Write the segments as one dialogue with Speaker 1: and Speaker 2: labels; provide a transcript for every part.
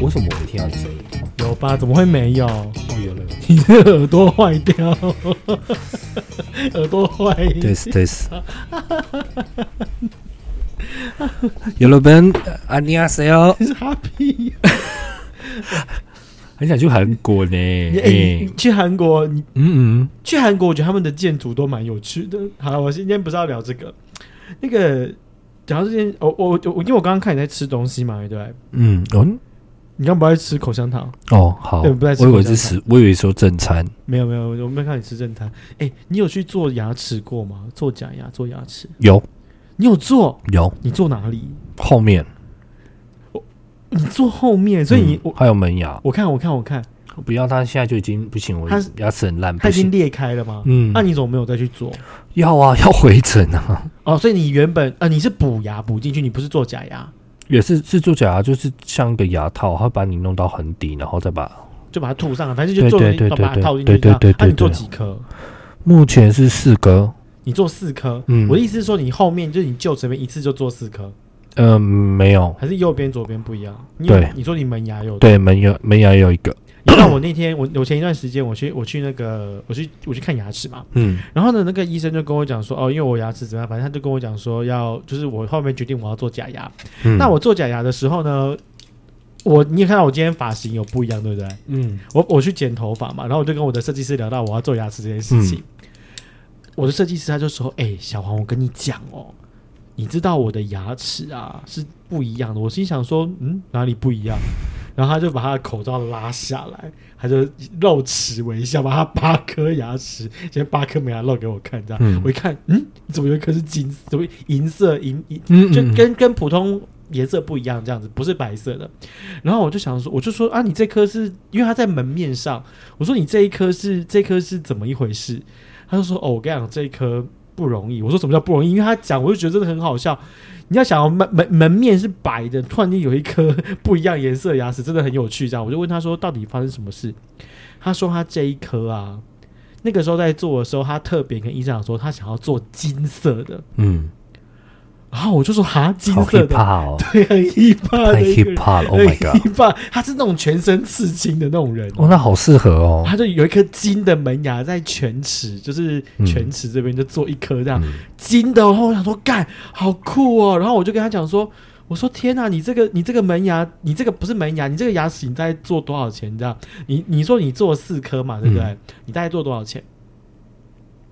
Speaker 1: 为什么我听到这声音？
Speaker 2: 有吧？怎么会没有？
Speaker 1: 哦，有了，
Speaker 2: 你这耳朵坏掉， 耳朵坏。
Speaker 1: test test。有了本呃안녕하세요，
Speaker 2: 你是哈皮。
Speaker 1: 很想去韩国呢。
Speaker 2: 你哎、你
Speaker 1: 哎
Speaker 2: 你去韩国，你
Speaker 1: 嗯嗯，
Speaker 2: 去韩国，我觉得他们的建筑都蛮有趣的。好了，我今天不是要聊这个，那个讲到这件，我我我，因为我刚刚看你在吃东西嘛，对不对？
Speaker 1: 嗯，哦
Speaker 2: 你刚不爱吃口香糖？
Speaker 1: 哦，好，
Speaker 2: 对不太吃
Speaker 1: 我以为
Speaker 2: 口香
Speaker 1: 是吃，我以为说正餐。
Speaker 2: 没有没有，我没有看你吃正餐。哎、你有去做牙齿过吗？做假牙、做牙齿，
Speaker 1: 有
Speaker 2: 你有做？
Speaker 1: 有，
Speaker 2: 你做哪里？
Speaker 1: 后面，
Speaker 2: 你做后面，所以你、
Speaker 1: 嗯
Speaker 2: 我
Speaker 1: 还有门牙，
Speaker 2: 我看我看我看，
Speaker 1: 不要，它现在就已经不行，我
Speaker 2: 它是
Speaker 1: 牙齿很烂，
Speaker 2: 它
Speaker 1: 不
Speaker 2: 已经
Speaker 1: 行。
Speaker 2: 裂开了吗？
Speaker 1: 嗯
Speaker 2: 那、，你怎么没有再去做？
Speaker 1: 要啊， 要回诊啊，
Speaker 2: 哦，所以你原本啊，你是补牙补进去，你不是做假牙，
Speaker 1: 也是是做假牙，就是像一个牙套，它把你弄到很底，然后再把。
Speaker 2: 就把它吐上来，反正就
Speaker 1: 对
Speaker 2: 做
Speaker 1: 对
Speaker 2: 了
Speaker 1: 对
Speaker 2: 把把它
Speaker 1: 对
Speaker 2: 套进
Speaker 1: 对
Speaker 2: 去这样。
Speaker 1: 对对
Speaker 2: 那、
Speaker 1: 对
Speaker 2: 你做
Speaker 1: 对
Speaker 2: 几颗？
Speaker 1: 目前是四颗，
Speaker 2: 你做四颗。
Speaker 1: 嗯
Speaker 2: 我的意思是说，你后面就是你臼齿那边一次就做四颗，
Speaker 1: 嗯、没有，
Speaker 2: 还是右边左边不一样？你有
Speaker 1: 对
Speaker 2: 你说你门牙有
Speaker 1: 对，门牙门牙有一个，
Speaker 2: 你知道我那天我我前一段时间我去我去那个我去我去看牙齿嘛，
Speaker 1: 嗯
Speaker 2: 然后呢那个医生就跟我讲说哦，因为我牙齿怎么样，反正他就跟我讲说要就是我后面决定我要做假牙。
Speaker 1: 嗯，
Speaker 2: 那我做假牙的时候呢，我你也看到我今天发型有不一样，对不对？
Speaker 1: 嗯
Speaker 2: 我我去剪头发嘛，然后我就跟我的设计师聊到我要做牙齿这件事情。我的设计师他就说：“哎、小黄，我跟你讲哦，你知道我的牙齿啊是不一样的。”我心想说：“嗯，哪里不一样？”然后他就把他的口罩拉下来，他就露齿微笑，把他八颗牙齿，先八颗门牙露给我看，这样。
Speaker 1: 嗯
Speaker 2: 我一看，嗯，怎么有一颗是金，怎么银色银银
Speaker 1: 嗯
Speaker 2: 就
Speaker 1: 嗯
Speaker 2: 跟跟普通颜色不一样，这样子不是白色的。然后我就想说，我就说啊，你这颗是因为它在门面上，我说你这一颗是这颗是怎么一回事？他就说哦，我跟你讲这一颗不容易。我说什么叫不容易？因为他讲，我就觉得真的很好笑。你要想哦门门门面是白的，突然间有一颗 不一样颜色的牙齿，真的很有趣。这样我就问他说，到底发生什么事？他说他这一颗啊，那个时候在做的时候，他特别跟医生讲说，他想要做金色的。
Speaker 1: 嗯，
Speaker 2: 然后我就说哈，金
Speaker 1: 好
Speaker 2: 色
Speaker 1: hip
Speaker 2: 的，
Speaker 1: hop 哦，
Speaker 2: 对，很 hip
Speaker 1: 太
Speaker 2: hop 的一个
Speaker 1: hip
Speaker 2: 人
Speaker 1: hop 了，Oh
Speaker 2: 很
Speaker 1: my god，
Speaker 2: hip hop，他是那种全身刺青的那种人。
Speaker 1: 哦，那好适合哦，
Speaker 2: 他就有一颗金的门牙在犬齿，就是
Speaker 1: 嗯
Speaker 2: 犬齿这边就做一颗这样、
Speaker 1: 嗯
Speaker 2: 金的。然后我想说，干，好酷哦。然后我就跟他讲说，我说天呐，你这个你这个门牙，你这个不是门牙，你这个牙齿你大概做多少钱？这样，你你说你做四颗嘛，对不对？
Speaker 1: 嗯
Speaker 2: 你大概做多少钱？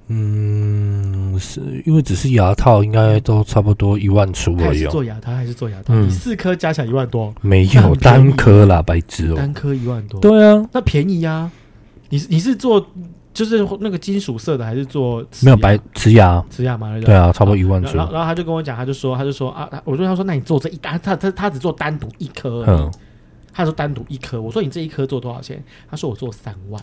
Speaker 1: 嗯，是因为只是牙套，应该都差不多一万出
Speaker 2: 还
Speaker 1: 而已
Speaker 2: 是
Speaker 1: 哦，
Speaker 2: 做牙套，还是做牙套？
Speaker 1: 嗯
Speaker 2: 你四颗加起来一万多，
Speaker 1: 没
Speaker 2: 那
Speaker 1: 有
Speaker 2: 很便宜
Speaker 1: 单颗啦，白痴哦，
Speaker 2: 单颗一万多。
Speaker 1: 对啊，
Speaker 2: 那便宜呀、你是你是做就是那个金属色的，还是做瓷
Speaker 1: 没有
Speaker 2: 牙
Speaker 1: 白瓷牙，
Speaker 2: 瓷牙吗？
Speaker 1: 对啊，差不多一万
Speaker 2: 然后
Speaker 1: 出
Speaker 2: 然，后然后他就跟我讲，他就说他就说啊，啊我就跟他说，那你做这一单，他他他只做单独一颗而已，
Speaker 1: 嗯，
Speaker 2: 他说单独一颗。我说你这一颗做多少钱？他说我做三万，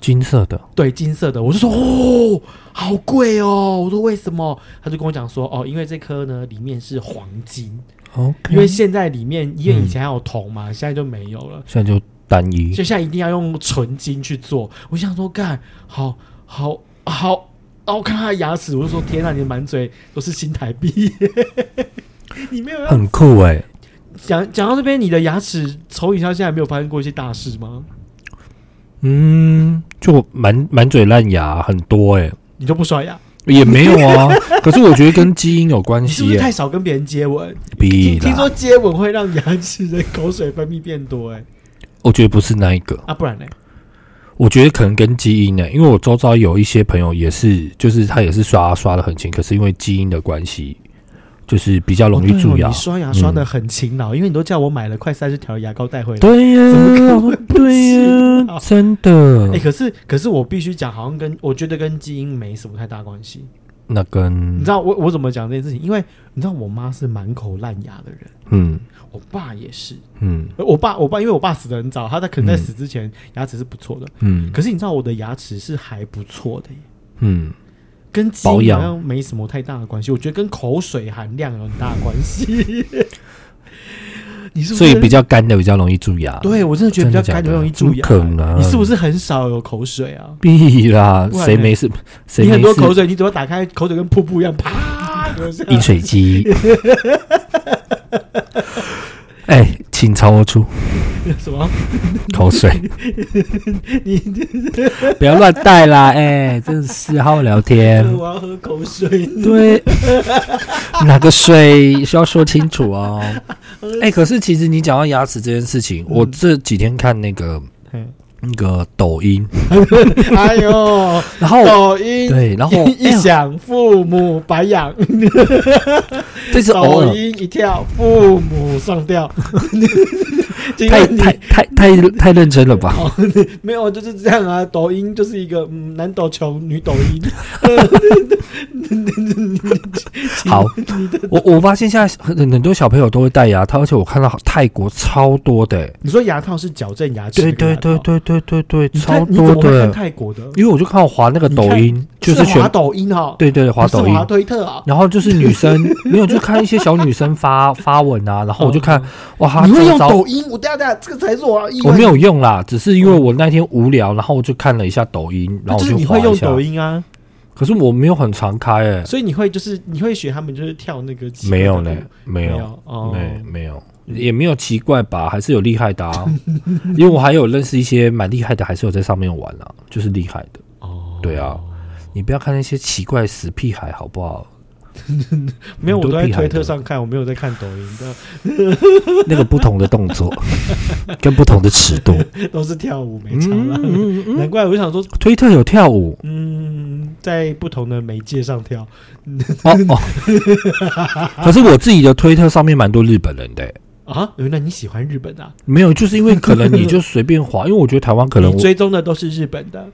Speaker 1: 金色的，
Speaker 2: 对，金色的。我就说哦，好贵哦。我说为什么？他就跟我讲说哦，因为这颗呢里面是黄金，
Speaker 1: OK，
Speaker 2: 因为现在里面因为
Speaker 1: 嗯
Speaker 2: 以前还有铜嘛，现在就没有了。
Speaker 1: 现在就单一，
Speaker 2: 就现在一定要用纯金去做。我想说，干，好好好，然后我看他的牙齿，我就说，天啊，你的满嘴都是新台币， 你没有要
Speaker 1: 很酷哎、
Speaker 2: 讲讲到这边，你的牙齿从以到现在没有发生过一些大事吗？
Speaker 1: 嗯，就满满嘴烂牙很多哎、
Speaker 2: 你就不刷牙？
Speaker 1: 也没有啊，可是我觉得跟基因有关
Speaker 2: 你是不
Speaker 1: 系、
Speaker 2: 是
Speaker 1: 欸
Speaker 2: 太，少跟别人接吻？
Speaker 1: 比
Speaker 2: 听听说
Speaker 1: 啦，
Speaker 2: 接吻会让牙齿的口水分泌变多、哎，
Speaker 1: 我觉得不是那一个，
Speaker 2: 啊，不然呢？
Speaker 1: 我觉得可能跟基因呢、因为我周遭有一些朋友也是，就是他也是刷刷的很勤，可是因为基因的关系，就是比较 容易
Speaker 2: 哦
Speaker 1: 蛀
Speaker 2: 对哦
Speaker 1: 牙嗯
Speaker 2: 你。刷牙刷的很勤劳，因为你都叫我买了快三十条牙膏带回来。
Speaker 1: 对呀、
Speaker 2: 哦怎么可能会不
Speaker 1: 对呀、
Speaker 2: 知道
Speaker 1: 真的
Speaker 2: 哎、。可是可是我必须讲，好像跟我觉得跟基因没什么太大关系。
Speaker 1: 那
Speaker 2: 你
Speaker 1: 跟
Speaker 2: 知道我我怎么讲这件事情？因为你知道我妈是满口烂牙的人，
Speaker 1: 嗯
Speaker 2: 我爸也是。
Speaker 1: 嗯
Speaker 2: 呃我爸我爸因为我爸死的很早，他在可能
Speaker 1: 嗯
Speaker 2: 在死之前牙齿是不错的。
Speaker 1: 嗯
Speaker 2: 可是你知道我的牙齿是还不错的耶，
Speaker 1: 嗯，
Speaker 2: 跟基因
Speaker 1: 保养
Speaker 2: 好像没什么太大的关系。我觉得跟口水含量有很大的关系。 你是不是
Speaker 1: 所以比较干的比较容易蛀牙。
Speaker 2: 对我真的觉得比较
Speaker 1: 真的假
Speaker 2: 干
Speaker 1: 的
Speaker 2: 容易蛀牙？欸
Speaker 1: 怎么可能
Speaker 2: 你是不是很少有口水啊？
Speaker 1: 必啦，
Speaker 2: 不然
Speaker 1: 谁
Speaker 2: 呢
Speaker 1: 没事？谁
Speaker 2: 你
Speaker 1: 没
Speaker 2: 很多
Speaker 1: 事？
Speaker 2: 口水，你只要打开口水跟瀑布一样， 啪流下来。
Speaker 1: 饮水机。哎、请超出。
Speaker 2: 什么？
Speaker 1: 口 水，不要乱带啦，哎、真的是好好聊天。
Speaker 2: 我要喝口水。
Speaker 1: 对，哪个水需要说清楚哦。哎、可是其实你讲到牙齿这件事情，我这几天看那个
Speaker 2: 嗯
Speaker 1: 那个抖音，
Speaker 2: 哎呦，
Speaker 1: 然后
Speaker 2: 抖音
Speaker 1: 哦对，然后哎
Speaker 2: 一一
Speaker 1: 呀
Speaker 2: 响父母白养，
Speaker 1: 这是偶
Speaker 2: 抖
Speaker 1: 尔
Speaker 2: 音一跳父母上 吊。今
Speaker 1: 太
Speaker 2: 天你
Speaker 1: 太太太太认真了吧？
Speaker 2: 哦，没有，就是这样啊。抖音就是一个嗯，男抖穷，女抖音。
Speaker 1: 好，我我发现现在很很多小朋友都会戴牙套，而且我看到泰国超多的、欸，
Speaker 2: 你说牙套是矫正牙齿？
Speaker 1: 对对对，对对对对，
Speaker 2: 你
Speaker 1: 超
Speaker 2: 看你怎么
Speaker 1: 多
Speaker 2: 会看
Speaker 1: 的。
Speaker 2: 泰国的？
Speaker 1: 因为我就看我滑那个抖音，就是
Speaker 2: 滑
Speaker 1: 全
Speaker 2: 抖音哈，
Speaker 1: 对对对滑
Speaker 2: 不是
Speaker 1: 抖音，
Speaker 2: 滑推特啊。
Speaker 1: 然后就是女 生没有，就看一些小女生发发文啊，然后我就看
Speaker 2: 嗯
Speaker 1: 哇，她
Speaker 2: 你会用
Speaker 1: 周遭
Speaker 2: 抖音？我等下等下，这个才是我要意
Speaker 1: 我
Speaker 2: 外
Speaker 1: 没有用啦，只是因为我那天无聊，然后我就看了一下抖音，然后
Speaker 2: 啊就
Speaker 1: 我
Speaker 2: 是你
Speaker 1: 滑
Speaker 2: 会
Speaker 1: 一
Speaker 2: 用
Speaker 1: 下。
Speaker 2: 抖音啊，
Speaker 1: 可是我没有很常开诶、
Speaker 2: 所以你会就是你会学他们就是跳那个奇怪的
Speaker 1: 没有
Speaker 2: 舞
Speaker 1: 呢，没
Speaker 2: 没
Speaker 1: 有，
Speaker 2: 哦，
Speaker 1: 没没有，也没有奇怪吧，还是有厉害的 啊。因为我还有认识一些蛮厉害的，还是有在上面玩啊，就是厉害的。
Speaker 2: 哦
Speaker 1: 对啊，你不要看那些奇怪死屁孩好不好？
Speaker 2: 没有，我
Speaker 1: 很
Speaker 2: 都
Speaker 1: 多
Speaker 2: 在
Speaker 1: 屁孩
Speaker 2: 推特
Speaker 1: 的
Speaker 2: 上看，我没有在看抖音的，
Speaker 1: 那个不同的动作跟不同的尺 度，
Speaker 2: 都是跳舞没差
Speaker 1: 嗯
Speaker 2: 啦。
Speaker 1: 嗯嗯，
Speaker 2: 难怪我想说，
Speaker 1: 推特有跳舞。
Speaker 2: 嗯，在不同的媒介上跳，
Speaker 1: 哦 哦，可是我自己的推特上面蛮多日本人的欸、
Speaker 2: 啊，原来你喜欢日本啊？
Speaker 1: 没有，就是因为可能你就随便滑，因为我觉得台湾可能
Speaker 2: 你
Speaker 1: 我，
Speaker 2: 追踪的都是日本的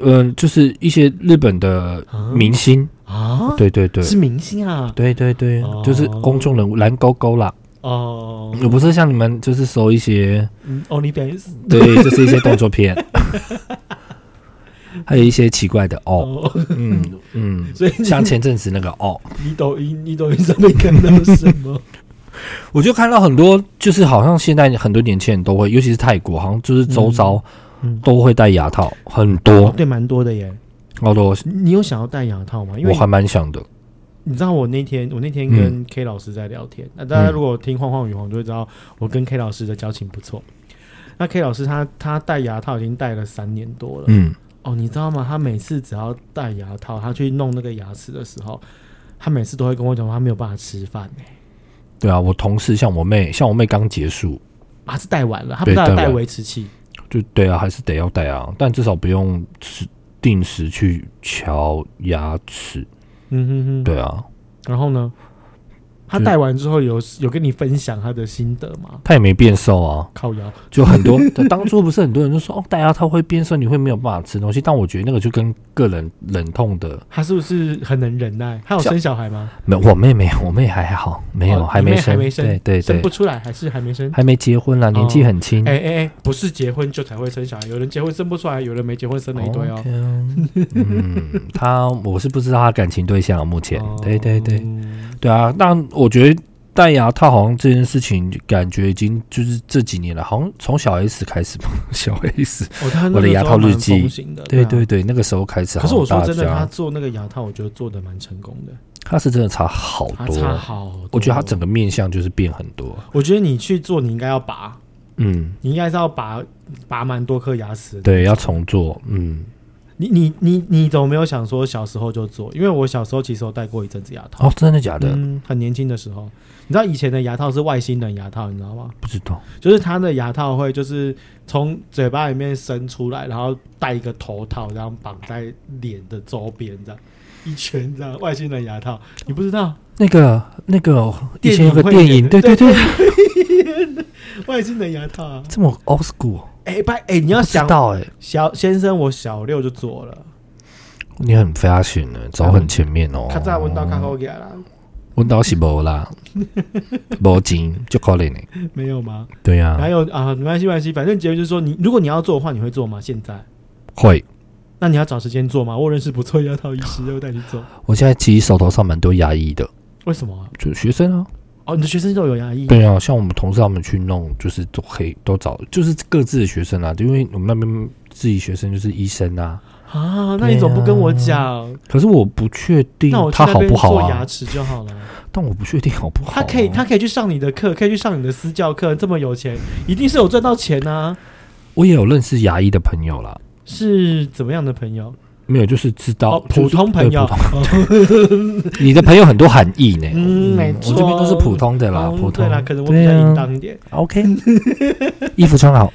Speaker 1: 嗯、就是一些日本的
Speaker 2: 啊
Speaker 1: 明星，
Speaker 2: 啊，
Speaker 1: 对对对，
Speaker 2: 是明星啊，
Speaker 1: 对对对，
Speaker 2: 哦
Speaker 1: 就是公众人物蓝勾勾啦，
Speaker 2: 哦
Speaker 1: 我不是像你们就是搜一些，
Speaker 2: 嗯，OnlyFans，
Speaker 1: 对，就是一些动作 片，还有一些奇怪的哦，
Speaker 2: 哦，
Speaker 1: 嗯 嗯，
Speaker 2: 所以你
Speaker 1: 像前阵子那个哦，
Speaker 2: 你抖音，你抖音上面看到什么？
Speaker 1: 我就看到很多，就是好像现在很多年轻人都会，尤其是泰国，好像就是周遭
Speaker 2: 嗯嗯
Speaker 1: 都会戴牙套，很 多，
Speaker 2: 哦对，蛮多的耶。
Speaker 1: 好多，
Speaker 2: 你你有想要戴牙套吗？因为
Speaker 1: 我还蛮想的。
Speaker 2: 你知道我那天，我那
Speaker 1: 嗯
Speaker 2: 天跟 K 老师在聊天。那、大家如果听晃晃与黄，就会知道我跟 K 老师的交情不错。那 K 老师他他戴牙套已经戴了三年多了。
Speaker 1: 嗯，
Speaker 2: 哦，你知道吗？他每次只要戴牙套，他去弄那个牙齿的时候，他每次都会跟我讲，他没有办法吃饭欸呢、
Speaker 1: 对啊，我同事像我妹，像我妹刚结束，
Speaker 2: 啊，是戴完了，他不
Speaker 1: 对
Speaker 2: 知道
Speaker 1: 戴
Speaker 2: 戴
Speaker 1: 完
Speaker 2: 维持器。
Speaker 1: 就对啊，还是得要戴啊，但至少不用时定时去瞧牙齿。
Speaker 2: 嗯哼哼。
Speaker 1: 对啊，
Speaker 2: 然后呢？他
Speaker 1: 就
Speaker 2: 戴完之后有有跟你分享他的心得吗？
Speaker 1: 她也没变瘦啊，
Speaker 2: 靠腰，
Speaker 1: 就很 多当初不是很多人就说哦，戴牙套会变瘦，你会没有办法吃东西，但我觉得那个就跟个人忍痛的，
Speaker 2: 他是不是很能忍耐？他有
Speaker 1: 像
Speaker 2: 生小孩吗？
Speaker 1: 没我妹没有，我妹还好，没有、
Speaker 2: 哦
Speaker 1: 还
Speaker 2: 你妹
Speaker 1: 没
Speaker 2: 还
Speaker 1: 生，
Speaker 2: 没生
Speaker 1: 对对
Speaker 2: 生
Speaker 1: 对
Speaker 2: 不，出来还是还没生？
Speaker 1: 还没结婚啦，年纪很轻。
Speaker 2: 哎哎哎，不是结婚就才会生小孩，有人结婚生不出来，有人没结婚生了一堆哦。
Speaker 1: OK 嗯，他我是不知道他感情对象啊，目前
Speaker 2: 哦，
Speaker 1: 对对对
Speaker 2: 嗯
Speaker 1: 对啊。但我觉得戴牙套好像这件事情，感觉已经就是这几年了，好像从小 S 开始吧， 小 S，
Speaker 2: 哦，他那
Speaker 1: 我的
Speaker 2: 个
Speaker 1: 牙
Speaker 2: 时候
Speaker 1: 套
Speaker 2: 蛮
Speaker 1: 日记
Speaker 2: 风行的，
Speaker 1: 对
Speaker 2: 啊
Speaker 1: 对。对，那个时候开始
Speaker 2: 可
Speaker 1: 好
Speaker 2: 是
Speaker 1: 像
Speaker 2: 我
Speaker 1: 大家。
Speaker 2: 说真的，他做那个牙套，我觉得做的蛮成功的，
Speaker 1: 他是真的差好
Speaker 2: 他
Speaker 1: 多，哦
Speaker 2: 差好多。
Speaker 1: 我觉得他整，个面相就是变很多。
Speaker 2: 我觉得你去做，你应该要拔，
Speaker 1: 嗯，
Speaker 2: 你应该是要拔拔蛮多颗牙齿的。
Speaker 1: 对，要重做。嗯，
Speaker 2: 你你你你怎么没有想说小时候就做？因为我小时候其实有戴过一阵子牙套，
Speaker 1: 哦，真的假的？
Speaker 2: 嗯，很年轻的时候。你知道以前的牙套是外星人牙套，你知道吗？
Speaker 1: 不知道。
Speaker 2: 就是它的牙套会就是从嘴巴里面伸出来，然后戴一个头套，然后绑在脸的周边这样。一圈这样外星人牙套，你不知道
Speaker 1: 那个那个以前有个电
Speaker 2: 电影会
Speaker 1: 影，
Speaker 2: 演
Speaker 1: 对
Speaker 2: 对
Speaker 1: 对对，
Speaker 2: 外星人牙套啊？
Speaker 1: 这么 old school，哦
Speaker 2: 哎、拜哎、你要
Speaker 1: 不知
Speaker 2: 想
Speaker 1: 道哎。
Speaker 2: 小先生，我小六就做了，
Speaker 1: 你很 fashion 呢，走很前面哦。
Speaker 2: 咔嚓闻到卡口牙啦，
Speaker 1: 温到是无啦，无钱就可怜呢。
Speaker 2: 没有吗？
Speaker 1: 对呀、
Speaker 2: 还有啊，没关系，没关系，反正结论就是说，你如果你要做的话，你会做吗？现在？
Speaker 1: 会。
Speaker 2: 那你要找时间做吗？我认识不错牙套医师，要带你做。
Speaker 1: 我现在其实手头上蛮多牙医的，
Speaker 2: 为什么、啊？
Speaker 1: 就学生啊。
Speaker 2: 哦，你的学生都有牙医？
Speaker 1: 对啊，像我们同事他们去弄，就是都可以都找，就是各自的学生啊，因为我们那边自己学生就是医生啊，
Speaker 2: 啊，那你怎么不跟我讲？
Speaker 1: 可是我不确定
Speaker 2: 那我
Speaker 1: 嗯
Speaker 2: 去
Speaker 1: 他
Speaker 2: 那
Speaker 1: 好
Speaker 2: 边
Speaker 1: 不好
Speaker 2: 做牙
Speaker 1: 啊，
Speaker 2: 齿就好了。
Speaker 1: 但我不确定好不好啊、
Speaker 2: 他可以，他可以去上你的课，可以去上你的私教课。这么有钱，一定是有赚到钱啊呐、
Speaker 1: 我也有认识牙医的朋友啦，
Speaker 2: 是怎么样的朋友？
Speaker 1: 没有就是知道、
Speaker 2: 哦，普通朋友哦
Speaker 1: 对普。 通你的朋友很多含义呢。
Speaker 2: 嗯没
Speaker 1: 我这边都是
Speaker 2: 错
Speaker 1: 普通的啦，
Speaker 2: 哦
Speaker 1: 普通。
Speaker 2: 对啦，可能我
Speaker 1: 对
Speaker 2: 比较
Speaker 1: 啊
Speaker 2: 淫荡一点。
Speaker 1: OK，衣服穿好，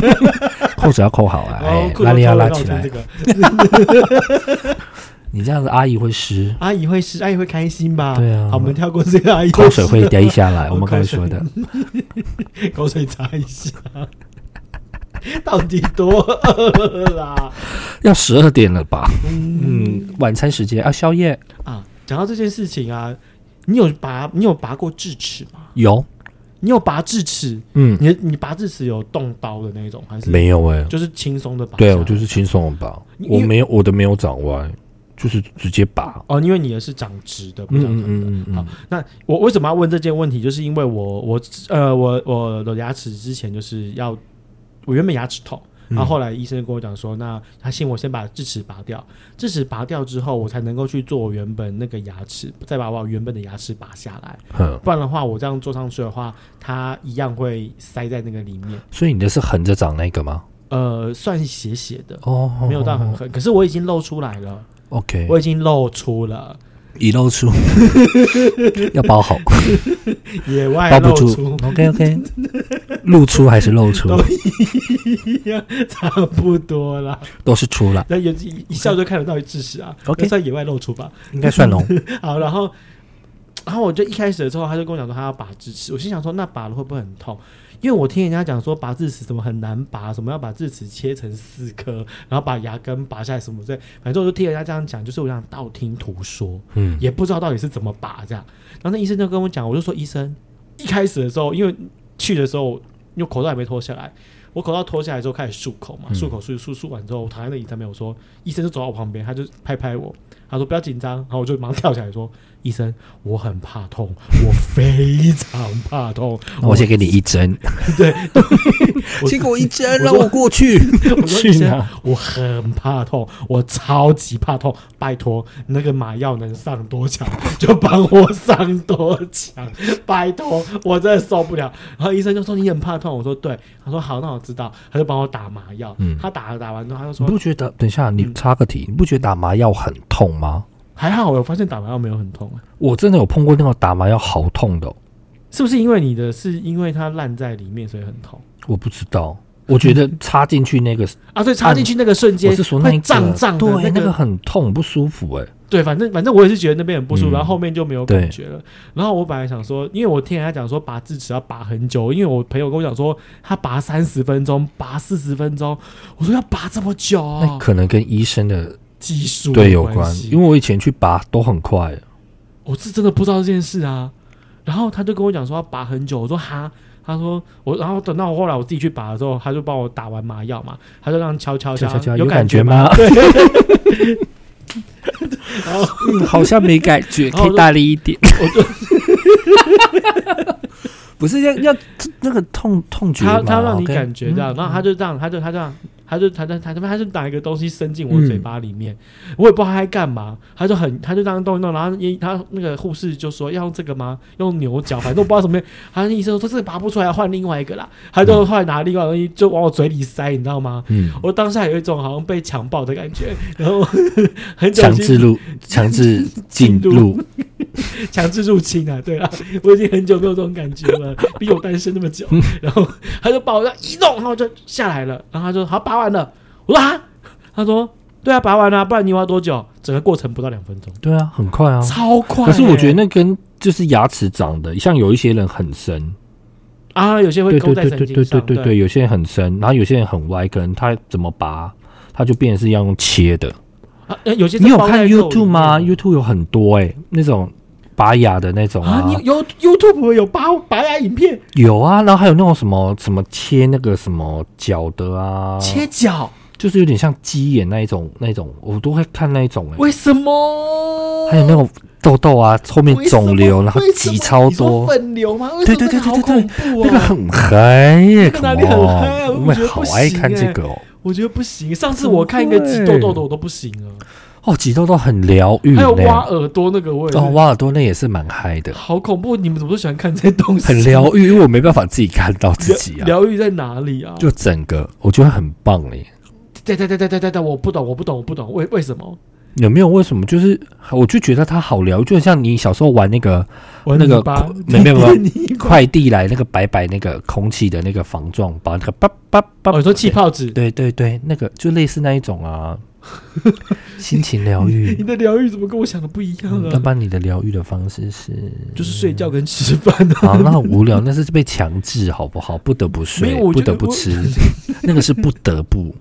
Speaker 1: 扣子要扣好啊，哎
Speaker 2: 哦，，裤头
Speaker 1: 拉链要
Speaker 2: 脱
Speaker 1: 拉
Speaker 2: 了让我
Speaker 1: 起
Speaker 2: 穿
Speaker 1: 来
Speaker 2: 这。个
Speaker 1: 你这样子阿姨会 湿，
Speaker 2: 阿姨会是阿姨会开心吧？
Speaker 1: 对啊
Speaker 2: 好，我们跳过这个阿姨。
Speaker 1: 口水会滴下来。
Speaker 2: 我
Speaker 1: 我们刚才
Speaker 2: 口水
Speaker 1: 说的，
Speaker 2: 口水擦一下，到底多饿啦？
Speaker 1: 要十二点了吧？
Speaker 2: 嗯
Speaker 1: 嗯，晚餐时间啊，宵夜
Speaker 2: 啊，讲到这件事情啊，你有拔你有拔过智齿吗？
Speaker 1: 有，
Speaker 2: 你有拔智齿？
Speaker 1: 嗯，
Speaker 2: 你你拔智齿有动刀的那一种还是？
Speaker 1: 没有哎、
Speaker 2: 就是轻松的拔下来。
Speaker 1: 对我就是轻松吧，
Speaker 2: 因
Speaker 1: 我
Speaker 2: 为
Speaker 1: 没有我的没有长歪，就是直接拔。
Speaker 2: 哦，因为你也是长直的，不
Speaker 1: 嗯
Speaker 2: 长
Speaker 1: 嗯
Speaker 2: 横的。
Speaker 1: 嗯嗯
Speaker 2: 好
Speaker 1: 嗯，
Speaker 2: 那我为什么要问这件问题？就是因为我我呃我我的牙齿之前就是要我原本牙齿痛，
Speaker 1: 嗯
Speaker 2: 然后后来医生跟我讲说，那他信我先把智齿拔掉，智齿拔掉之后，我才能够去做我原本那个牙齿，再把我原本的牙齿拔下来，
Speaker 1: 哼，
Speaker 2: 不然的话我这样做上去的话，它一样会塞在那个里面，
Speaker 1: 所以你的是横着长那个吗？
Speaker 2: 呃，算斜斜的。
Speaker 1: 哦，
Speaker 2: 没有到很狠，可是我已经露出来了，
Speaker 1: OK，
Speaker 2: 我已经露出了，
Speaker 1: 已露出， 要包好，
Speaker 2: 野外
Speaker 1: 包
Speaker 2: 露
Speaker 1: 不
Speaker 2: 出
Speaker 1: 住。，OK OK，露出还是露出，
Speaker 2: 都一样，差不多啦。
Speaker 1: 都是出了，
Speaker 2: 那有一一笑就看得到智齿啊
Speaker 1: OK
Speaker 2: 那算野外露出吧。
Speaker 1: 应该算哦 龙。
Speaker 2: 好，然后，然后我就一开始的时候，他就跟我讲说他要拔智齿，我心想说那拔了会不会很痛？因为我听人家讲说拔智齿怎么很难拔，什么要把智齿切成四颗，然后把牙根拔下来什么之类，反正我就听人家这样讲，就是我想道听途说，
Speaker 1: 嗯，
Speaker 2: 也不知道到底是怎么拔这样。然后那医生就跟我讲，我就说医生，一开始的时候，因为去的时候，因为口罩还没脱下来，我口罩脱下来之后开始漱口嘛，
Speaker 1: 嗯
Speaker 2: 漱口漱漱漱完之后，我躺在那椅子上面，我说医生就走到我旁边，他就拍拍我，他说不要紧张，然后我就马上跳起来说，医生，我很怕痛，我非常怕痛，
Speaker 1: 那我先给你一针，
Speaker 2: 对，我
Speaker 1: 先给我一针，
Speaker 2: 我
Speaker 1: 让
Speaker 2: 说
Speaker 1: 我过去。
Speaker 2: 我说
Speaker 1: 去
Speaker 2: 医生
Speaker 1: 哪，
Speaker 2: 我很怕痛，我超级怕痛，拜托那个麻药能上多强就帮我上多强，拜托我真的受不了。然后医生就说你很怕痛，我说对，他说好，那我知道，他就帮我打麻药。
Speaker 1: 嗯
Speaker 2: 他打了打完之后，他就
Speaker 1: 你
Speaker 2: 说
Speaker 1: 不觉得？等一下，你
Speaker 2: 嗯
Speaker 1: 插个题，你不觉得打麻药很痛吗？
Speaker 2: 还好，我发现打麻药没有很痛、啊，
Speaker 1: 我真的有碰过那种打麻药好痛的哦、
Speaker 2: 是不是因为你的是因为它烂在里面所以很痛
Speaker 1: 我不知道。我觉得插进去 那个，
Speaker 2: 啊？对，插进去那个瞬间
Speaker 1: 我是说那一
Speaker 2: 会
Speaker 1: 个
Speaker 2: 胀胀的
Speaker 1: 对，
Speaker 2: 那
Speaker 1: 那
Speaker 2: 个
Speaker 1: 个很痛，不舒服哎、
Speaker 2: 对，反正反正我也是觉得那边很不舒服，
Speaker 1: 嗯
Speaker 2: 然后后面就没有感觉了。然后我本来想说，因为我听人家讲说拔智齿要拔很久，因为我朋友跟我讲说他拔三十分钟，拔四十分钟，我说要拔这么久、
Speaker 1: 那
Speaker 2: 啊，
Speaker 1: 可能跟医生的
Speaker 2: 技术
Speaker 1: 对哦有
Speaker 2: 关
Speaker 1: 关，
Speaker 2: 系，
Speaker 1: 因为我以前去拔都很快，
Speaker 2: 我是真的不知道这件事啊。然后他就跟我讲说要拔很久，我说哈，他说我，然后等到我后来我自己去拔的时候，他就帮我打完麻药嘛，他就让敲敲
Speaker 1: 敲
Speaker 2: 敲，
Speaker 1: 敲敲
Speaker 2: 有
Speaker 1: 有
Speaker 2: 感
Speaker 1: 感觉
Speaker 2: 觉吗
Speaker 1: 吗？
Speaker 2: 对。然后
Speaker 1: 嗯， 好像没感觉，
Speaker 2: 然后
Speaker 1: 可
Speaker 2: 我就
Speaker 1: 以大力一点。
Speaker 2: 我 就
Speaker 1: 不是要要那个痛痛觉
Speaker 2: 他
Speaker 1: 吗？
Speaker 2: 他让你
Speaker 1: OK
Speaker 2: 感觉这样，
Speaker 1: 嗯
Speaker 2: 然后他就这样，他就他这样，他就他他他他他就拿一个东西伸进我嘴
Speaker 1: 嗯
Speaker 2: 巴里面，我也不知道他在干嘛，他就很他就这样动一动，然后医他那个护士就说要用这个吗？用牛角，反正我不知道什么，他医生说这个拔不出来，换另外一个啦，他就后来拿另外一个东西就往我嘴里塞，你知道吗？
Speaker 1: 嗯，
Speaker 2: 我当下有一种好像被强暴的感觉，然后 很久已
Speaker 1: 强
Speaker 2: 经
Speaker 1: 制 入，强制进入，
Speaker 2: 强制入侵啊，对啊， 我已经很久没有这种感觉了，毕竟我单身那么久。
Speaker 1: 嗯
Speaker 2: 然后他就把我这样一弄，然后就下来了，然后他就好拔完了，我说啊，他说对啊，拔完了、不然你要多久？整个过程不到两分钟，
Speaker 1: 对啊，很快啊。
Speaker 2: 超快欸、
Speaker 1: 可是我觉得那跟就是牙齿长的，像有一些人很深，
Speaker 2: 啊，有些会
Speaker 1: 对
Speaker 2: 勾
Speaker 1: 对
Speaker 2: 在
Speaker 1: 对
Speaker 2: 神
Speaker 1: 对
Speaker 2: 经
Speaker 1: 对
Speaker 2: 上
Speaker 1: 对，对
Speaker 2: 对
Speaker 1: 对，有些人很深，然后有些人很歪，可能他怎么拔，他就变成是要用切的。
Speaker 2: 啊，呃有些是
Speaker 1: 你有
Speaker 2: 包在
Speaker 1: 看
Speaker 2: 肉里
Speaker 1: YouTube 吗
Speaker 2: 面的
Speaker 1: ？YouTube 有很多哎、那种拔牙的那种
Speaker 2: 啊，
Speaker 1: 啊
Speaker 2: 你，有 YouTube 有拔拔牙影片，
Speaker 1: 有啊，然后还有那种什么什么切那个什么脚的啊，
Speaker 2: 切脚，
Speaker 1: 就是有点像鸡眼那一种那一种，我都会看那一种哎、
Speaker 2: 为什么？
Speaker 1: 还有那种痘痘啊，后面
Speaker 2: 为什么
Speaker 1: 肿瘤，然后
Speaker 2: 为什
Speaker 1: 挤
Speaker 2: 么
Speaker 1: 超
Speaker 2: 你说
Speaker 1: 多，
Speaker 2: 粉瘤吗？为
Speaker 1: 对
Speaker 2: 什么
Speaker 1: 对对
Speaker 2: 那
Speaker 1: 对对
Speaker 2: 个好恐怖哦
Speaker 1: 那个很嗨耶，
Speaker 2: 那个哪里很嗨啊我
Speaker 1: 我
Speaker 2: 不
Speaker 1: 们
Speaker 2: 觉得
Speaker 1: 好
Speaker 2: 不
Speaker 1: 爱
Speaker 2: 行
Speaker 1: 看
Speaker 2: 欸
Speaker 1: 这个哦。
Speaker 2: 我觉得不行。上次我看一个挤痘痘的，我都不行了。
Speaker 1: 哦，挤痘痘很疗愈
Speaker 2: 还
Speaker 1: 呢
Speaker 2: 有。挖耳朵那个，我也是
Speaker 1: 嗯哦，挖耳朵那也是蛮嗨的，
Speaker 2: 好恐怖！你们怎么都喜欢看这些东西？
Speaker 1: 很疗愈，因为我没办法自己看到自己啊。
Speaker 2: 疗愈在哪里啊？
Speaker 1: 就整个我觉得很棒嘞。
Speaker 2: 对对对对对对对，我不懂，我不懂，我不懂，为为什么？
Speaker 1: 有没有为什么？就是我就觉得它好疗愈，就很像你小时候玩那个
Speaker 2: 我
Speaker 1: 那个
Speaker 2: 吧，
Speaker 1: 没没有没有
Speaker 2: 你
Speaker 1: 快递来那个白白那个空气的那个防撞包，那个叭叭叭，
Speaker 2: 哦，你说气泡纸？
Speaker 1: 对对对，那个就类似那一种 啊，心情疗
Speaker 2: 你
Speaker 1: 愈。
Speaker 2: 的疗愈怎么跟我想的不一样
Speaker 1: 那
Speaker 2: 啊？
Speaker 1: 把你的疗愈的方式是，
Speaker 2: 就是睡觉跟吃饭 啊。
Speaker 1: 好，那很无 聊，那是被强制，好不好？不得不睡
Speaker 2: 没有，我
Speaker 1: 不
Speaker 2: 觉得
Speaker 1: 得不
Speaker 2: 我
Speaker 1: 吃， 那个是不得不，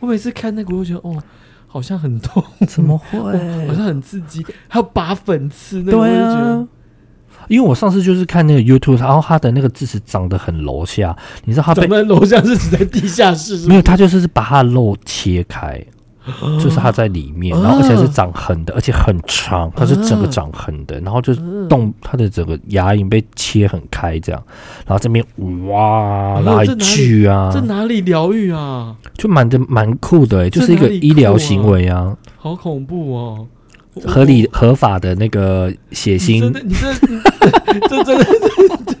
Speaker 2: 我每次看那个，我就觉得哦，好像很痛，
Speaker 1: 怎么会？
Speaker 2: 好像很刺激，还有拔粉刺那个，
Speaker 1: 对
Speaker 2: 我就觉得
Speaker 1: 啊，因为我上次就是看那个 YouTube，然后他的那个智齿长得很楼下，你知道他被
Speaker 2: 长在楼上是指在地下室是
Speaker 1: 没
Speaker 2: 吗？
Speaker 1: 有，他就是把他的肉切开，就是
Speaker 2: 啊
Speaker 1: 它在里面，然后而且是长横的，而且很长，它是整个
Speaker 2: 啊
Speaker 1: 长横的，然后就是
Speaker 2: 嗯
Speaker 1: 动它的整个牙龈被切很开这样，然后这边哇
Speaker 2: 哎呦
Speaker 1: 拉
Speaker 2: 这
Speaker 1: 一
Speaker 2: 哪里
Speaker 1: 句啊
Speaker 2: 这，哪里疗愈啊？
Speaker 1: 就蛮的蛮酷的、欸，就是一
Speaker 2: 这
Speaker 1: 个
Speaker 2: 哪里
Speaker 1: 医疗
Speaker 2: 酷啊
Speaker 1: 行为啊，
Speaker 2: 好恐怖哦！我
Speaker 1: 合理合法的那个血
Speaker 2: 你
Speaker 1: 腥
Speaker 2: 真的，你 这你这真的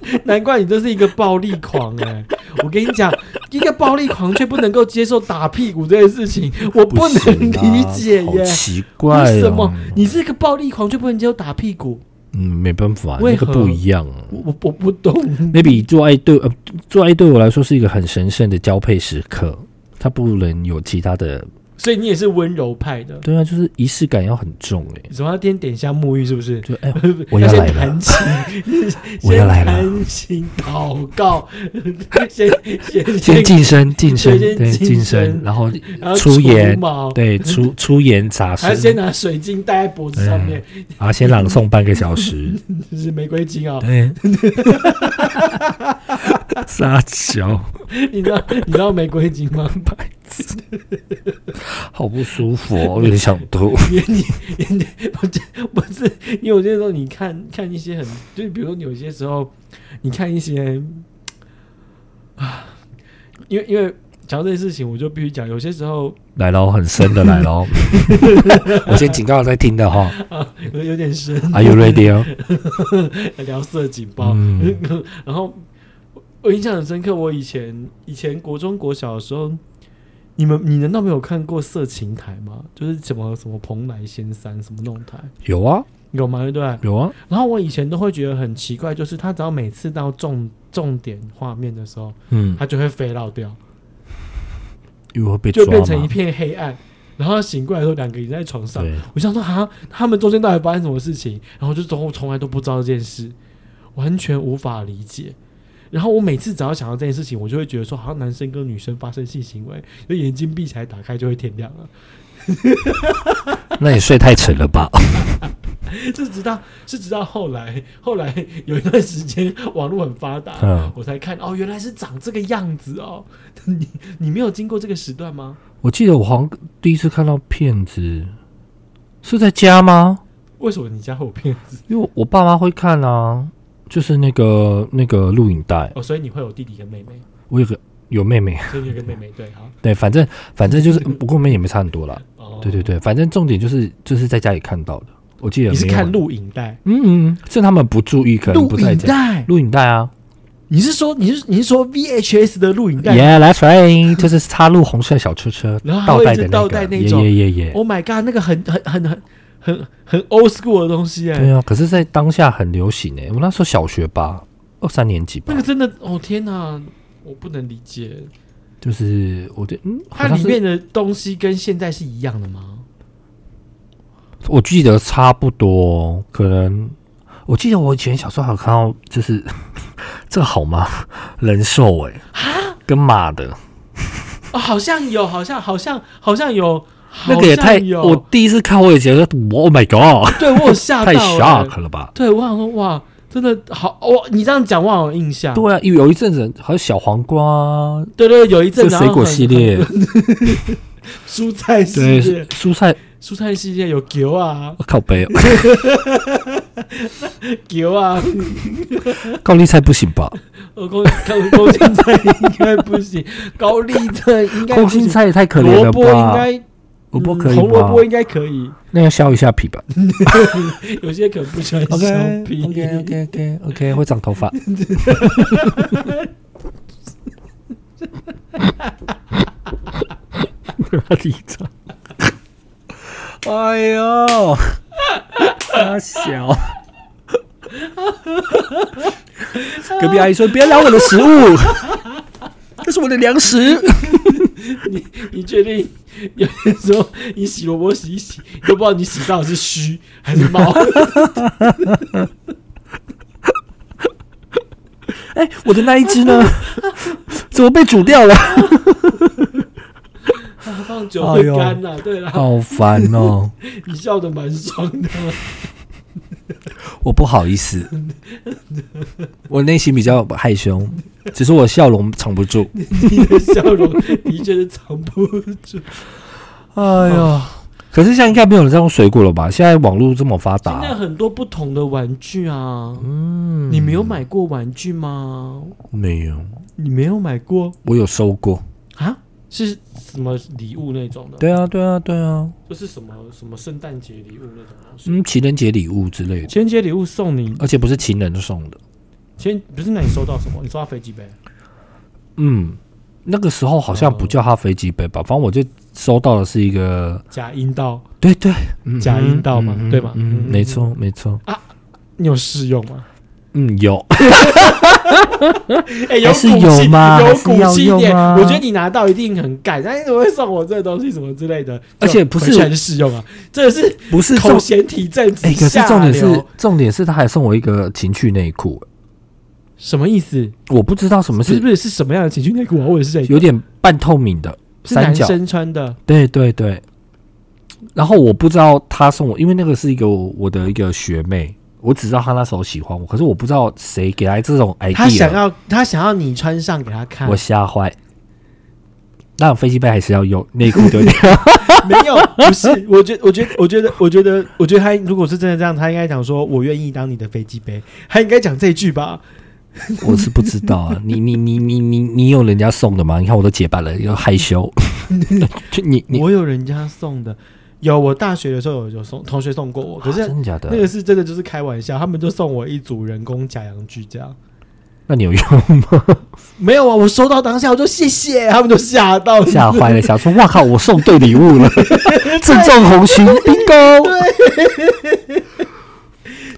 Speaker 2: 是，难怪你这是一个暴力狂哎、我跟你讲，一个暴力狂却不能够接受打屁股这件事情，我不能
Speaker 1: 行啊
Speaker 2: 理解
Speaker 1: 好
Speaker 2: 耶。
Speaker 1: 奇怪、哦，
Speaker 2: 为什么你是一个暴力狂却不能接受打屁股？
Speaker 1: 嗯，没办法，
Speaker 2: 为
Speaker 1: 那个
Speaker 2: 何嗯
Speaker 1: 不一样。啊
Speaker 2: 我我我不懂。
Speaker 1: maybe 做爱对呃做爱对我来说是一个很神圣的交配时刻，它不能有其他的。
Speaker 2: 所以你也是温柔派的，
Speaker 1: 对啊，就是仪式感要很重哎、
Speaker 2: 你什么要先点香沐浴是不是？
Speaker 1: 就 哎、我要
Speaker 2: 先
Speaker 1: 来了
Speaker 2: 弹琴，
Speaker 1: 我要来了
Speaker 2: 先弹琴祷告， 先先
Speaker 1: 先晋升晋升，
Speaker 2: 先
Speaker 1: 对
Speaker 2: 晋
Speaker 1: 晋
Speaker 2: 升
Speaker 1: 升，然后
Speaker 2: 然后
Speaker 1: 出言
Speaker 2: 毛，
Speaker 1: 对出出言杂
Speaker 2: 还先
Speaker 1: 诗
Speaker 2: 拿水晶戴在脖子上面，
Speaker 1: 啊，先朗诵半个小 时，
Speaker 2: 就是玫瑰金啊、
Speaker 1: 对，撒娇，
Speaker 2: 你知道你知道玫瑰金吗？
Speaker 1: 好不舒服哦，我有点想吐。
Speaker 2: 你你你不是不是，因为我那时候你看看一些很，就是比如说你有些时候你看一些啊，因为因为讲到这件事情，我就必须讲，有些时候
Speaker 1: 来喽，很深的来喽， 我先警告在听的哈
Speaker 2: 啊有有点深，
Speaker 1: ，Are you ready？哦
Speaker 2: 聊色警报，
Speaker 1: 嗯
Speaker 2: 然后我我印象很深刻，我以前以前国中国小的时候，你们你难道没有看过色情台吗？就是什么什么蓬莱仙山什么弄台，
Speaker 1: 有啊，
Speaker 2: 有吗？对不对？
Speaker 1: 有啊，
Speaker 2: 然后我以前都会觉得很奇怪，就是他只要每次到重重点画面的时候，
Speaker 1: 嗯，
Speaker 2: 他就会飞绕掉，
Speaker 1: 因为会被抓
Speaker 2: 就
Speaker 1: 嘛，
Speaker 2: 变成一片黑暗。然后醒过来的时候，两个人在床上，
Speaker 1: 对，
Speaker 2: 我想说哈，他们中间到底发生什么事情？然后就从从来都不知道这件事，完全无法理解。然后我每次只要想到这件事情，我就会觉得说，好像男生跟女生发生性行为，就眼睛闭起来打开就会天亮了。
Speaker 1: 那你睡太沉了 吧？
Speaker 2: 是直到是直到后来，后来有一段时间网络很发达，
Speaker 1: 嗯
Speaker 2: 我才看哦，原来是长这个样子哦。 你你没有经过这个时段吗？
Speaker 1: 我记得我好像第一次看到骗子是在家吗？
Speaker 2: 为什么你家会有骗子？
Speaker 1: 因为我爸妈会看啊，就是那个那个录影带，
Speaker 2: 哦，所以你会有弟弟跟妹妹，
Speaker 1: 我有个有妹妹，
Speaker 2: 所以你有个妹妹对好
Speaker 1: 对，反正反正就是，不过我们也没差很多啦。
Speaker 2: 哦，
Speaker 1: 对对，对，反正重点就是就是在家里看到的，我记得
Speaker 2: 你是
Speaker 1: 没有
Speaker 2: 看录影带，
Speaker 1: 嗯，嗯，是他们不注意，可能
Speaker 2: 录
Speaker 1: 不在
Speaker 2: 影
Speaker 1: 家
Speaker 2: 带，
Speaker 1: 录影带啊
Speaker 2: 你是说你是你是说 VHS 的录影带
Speaker 1: ，Yeah, that's right，就是 插入红色小车车
Speaker 2: 然后还
Speaker 1: 倒
Speaker 2: 会
Speaker 1: 带
Speaker 2: 一直
Speaker 1: 的
Speaker 2: 啊倒
Speaker 1: 个
Speaker 2: 带，那
Speaker 1: 耶
Speaker 2: 种
Speaker 1: 耶耶耶，
Speaker 2: ？Oh my god，那个很很很很很很 old school 的东西哎、
Speaker 1: 对啊，可是，在当下很流行诶、我那时候小学吧，二三年级吧
Speaker 2: 那个，真的哦天哪，我不能理解。
Speaker 1: 就是我对，嗯，好
Speaker 2: 它
Speaker 1: 像
Speaker 2: 里
Speaker 1: 是
Speaker 2: 面的东西跟现在是一样的吗？
Speaker 1: 我记得差不多，可能我记得我以前小时候还有看到，就是 这个好吗？人兽诶、
Speaker 2: 啊
Speaker 1: 跟马的
Speaker 2: 哦，好像有，好像好像好像有，
Speaker 1: 那个也
Speaker 2: 好
Speaker 1: 太
Speaker 2: 像，有
Speaker 1: 我第一次看我也觉得，Oh my God，
Speaker 2: 对我有吓到、
Speaker 1: 太
Speaker 2: 欸，
Speaker 1: shock 了吧？
Speaker 2: 对我想说哇，真的好，我、你这样讲我好有印象。
Speaker 1: 对啊，有有一阵子还有小黄瓜，
Speaker 2: 对对，有一阵
Speaker 1: 这
Speaker 2: 子
Speaker 1: 水果系列，
Speaker 2: 蔬菜系
Speaker 1: 对
Speaker 2: 列，
Speaker 1: 蔬菜
Speaker 2: 蔬菜系列有牛啊、
Speaker 1: 我靠背哦，
Speaker 2: 牛啊，
Speaker 1: 高丽菜不行吧？
Speaker 2: 呃高高高青菜应该不行，高丽菜应该
Speaker 1: 空
Speaker 2: 不
Speaker 1: 心
Speaker 2: 行，
Speaker 1: 菜也太可怜
Speaker 2: 萝
Speaker 1: 了
Speaker 2: 卜应
Speaker 1: 吧？
Speaker 2: 该嗯
Speaker 1: 萝卜可以
Speaker 2: 红萝
Speaker 1: 吧？
Speaker 2: 卜应该可以，
Speaker 1: 那要削一下皮吧。
Speaker 2: 有些可能不喜欢削
Speaker 1: OK
Speaker 2: 皮。
Speaker 1: OK OK OK OK 会长头 发。哪里长？哎呦，大 小。隔壁阿姨说：“不要咬我的食物，这是我的粮食。
Speaker 2: 你你确定有些时候你洗萝卜洗一洗，都不知道你洗到的是蛆还是猫？
Speaker 1: 哎，我的那一只 呢？怎么被煮掉了？
Speaker 2: 放久会干呐、对啦，
Speaker 1: 哎好烦哦，
Speaker 2: 你笑的蛮爽的。
Speaker 1: 我不好意思， 我内心比较害羞，只是我笑容藏不住。
Speaker 2: 你的笑容的确是藏不 住。
Speaker 1: 哎呀，可是现在应该没有人在用水果了吧？现在网络这么发
Speaker 2: 现在
Speaker 1: 达，
Speaker 2: 很多不同的玩具啊，
Speaker 1: 嗯，
Speaker 2: 你没有买过玩具吗？
Speaker 1: 没有？
Speaker 2: 你没有买过
Speaker 1: 我有收过。
Speaker 2: 啊？是什么礼物那种的？
Speaker 1: 对啊，对啊，对啊，
Speaker 2: 就是什么什么圣诞节礼物那种东西。
Speaker 1: 嗯，情人节礼物之类的，
Speaker 2: 情人节礼物送你，
Speaker 1: 而且不是情人送的。
Speaker 2: 前不是那你收到什么？你收到飞机杯？
Speaker 1: 嗯，那个时候好像不叫它飞机杯吧，反正我就收到的是一个，
Speaker 2: 假阴道？
Speaker 1: 对对，嗯
Speaker 2: 假阴道嘛
Speaker 1: 嗯嗯
Speaker 2: 对吧
Speaker 1: 嗯，
Speaker 2: 嗯
Speaker 1: 没错，没错，
Speaker 2: 你有试用吗？
Speaker 1: 嗯， 有。
Speaker 2: 哎、
Speaker 1: 还
Speaker 2: 有
Speaker 1: 是
Speaker 2: 骨气，
Speaker 1: 有吗还是
Speaker 2: 骨
Speaker 1: 要
Speaker 2: 气一
Speaker 1: 用
Speaker 2: 点。
Speaker 1: 吗
Speaker 2: 我觉得你拿到一定很感，但你怎么会送我这个东西什么之类的？
Speaker 1: 而且不是
Speaker 2: 就回去还是试用啊，这个是
Speaker 1: 不是
Speaker 2: 口
Speaker 1: 重
Speaker 2: 嫌体正直。哦
Speaker 1: 哎、可是重点
Speaker 2: 下
Speaker 1: 是
Speaker 2: 流
Speaker 1: 重点是他还送我一个情趣内裤，
Speaker 2: 什么意思？
Speaker 1: 我不知道什么
Speaker 2: 是不
Speaker 1: 是
Speaker 2: 是是什么样的情趣内裤啊？我也是这个，
Speaker 1: 有点半透明的
Speaker 2: 是
Speaker 1: 三
Speaker 2: 男
Speaker 1: 角，
Speaker 2: 生穿的。
Speaker 1: 对对对。然后我不知道他送我，因为那个是一个我我的一个学妹，我只知道她那时候喜欢我，可是我不知道谁给她这种
Speaker 2: 他想
Speaker 1: idea，
Speaker 2: 要他想要你穿上给他看
Speaker 1: 我，吓坏。那飞机杯还是要用内裤丢掉，
Speaker 2: 没有，不是。我觉我觉我觉得我觉得我觉得他如果是真的这样，他应该讲说我愿意当你的飞机杯，他应该讲这句吧？
Speaker 1: 我是不知道啊。你你你你你你有人家送的吗？你看我都结巴了，又害羞。 就你 你
Speaker 2: 我有人家送的，有我大学的时候有有送同学送过我，可
Speaker 1: 啊
Speaker 2: 是
Speaker 1: 真的假的？
Speaker 2: 那个是真的就是开玩笑，他们就送我一组人工假洋具这样。
Speaker 1: 那你有用吗？
Speaker 2: 没有啊，我收到当下我就谢谢，他们就吓到。
Speaker 1: 吓坏了，想说：“哇靠，我送对礼物 了！”正中红心，bingo！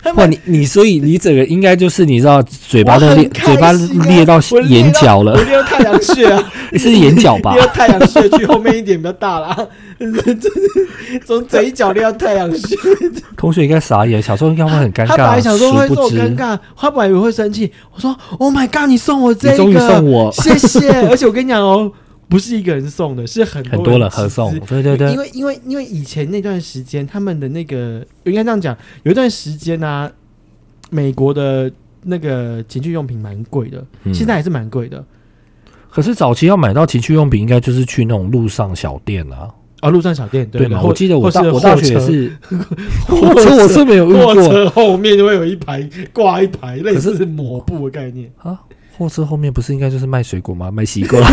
Speaker 2: 他
Speaker 1: 哇，
Speaker 2: 们
Speaker 1: 你你所以你整个应该就是你知道嘴巴
Speaker 2: 我
Speaker 1: 都
Speaker 2: 很
Speaker 1: 裂，
Speaker 2: 开
Speaker 1: 嘴巴
Speaker 2: 心啊
Speaker 1: 裂到
Speaker 2: 我裂
Speaker 1: 眼
Speaker 2: 到
Speaker 1: 角
Speaker 2: 我
Speaker 1: 了，
Speaker 2: 利用太阳穴 啊，
Speaker 1: 是眼角吧
Speaker 2: 利？用太阳穴去后面一点比较大啦， 从嘴角裂到太阳穴。
Speaker 1: 同学应该傻眼，小时候应该会很尴
Speaker 2: 他本来
Speaker 1: 尬，
Speaker 2: 想说会
Speaker 1: 殊
Speaker 2: 说
Speaker 1: 不
Speaker 2: 我尴
Speaker 1: 知
Speaker 2: 尬，他本来以为会生气。我说 Oh my God，你送我
Speaker 1: 你
Speaker 2: 这个，
Speaker 1: 终于送我
Speaker 2: 谢谢。而且我跟你讲哦，不是一个人送的，是很
Speaker 1: 很多人
Speaker 2: 人
Speaker 1: 合
Speaker 2: 集
Speaker 1: 送，
Speaker 2: 资。
Speaker 1: 对对对
Speaker 2: 因，为因为因为以前那段时间，他们的那个应该这样讲，有一段时间呢、啊，美国的那个情趣用品蛮贵的，
Speaker 1: 嗯
Speaker 2: 现在还是蛮贵的。
Speaker 1: 可是早期要买到情趣用品，应该就是去那种路上小店啊，
Speaker 2: 啊，路上小店对
Speaker 1: 对
Speaker 2: 的
Speaker 1: 吗？
Speaker 2: 或
Speaker 1: 我记得我
Speaker 2: 或
Speaker 1: 大
Speaker 2: 是
Speaker 1: 我大
Speaker 2: 货
Speaker 1: 学也
Speaker 2: 车
Speaker 1: 是，
Speaker 2: 货
Speaker 1: 我车我是没有遇
Speaker 2: 货
Speaker 1: 过
Speaker 2: 车后面就会有一排挂一排类
Speaker 1: 可是
Speaker 2: 似抹布的概念。
Speaker 1: 啊，货车后面不是应该就是卖水果吗？卖西瓜。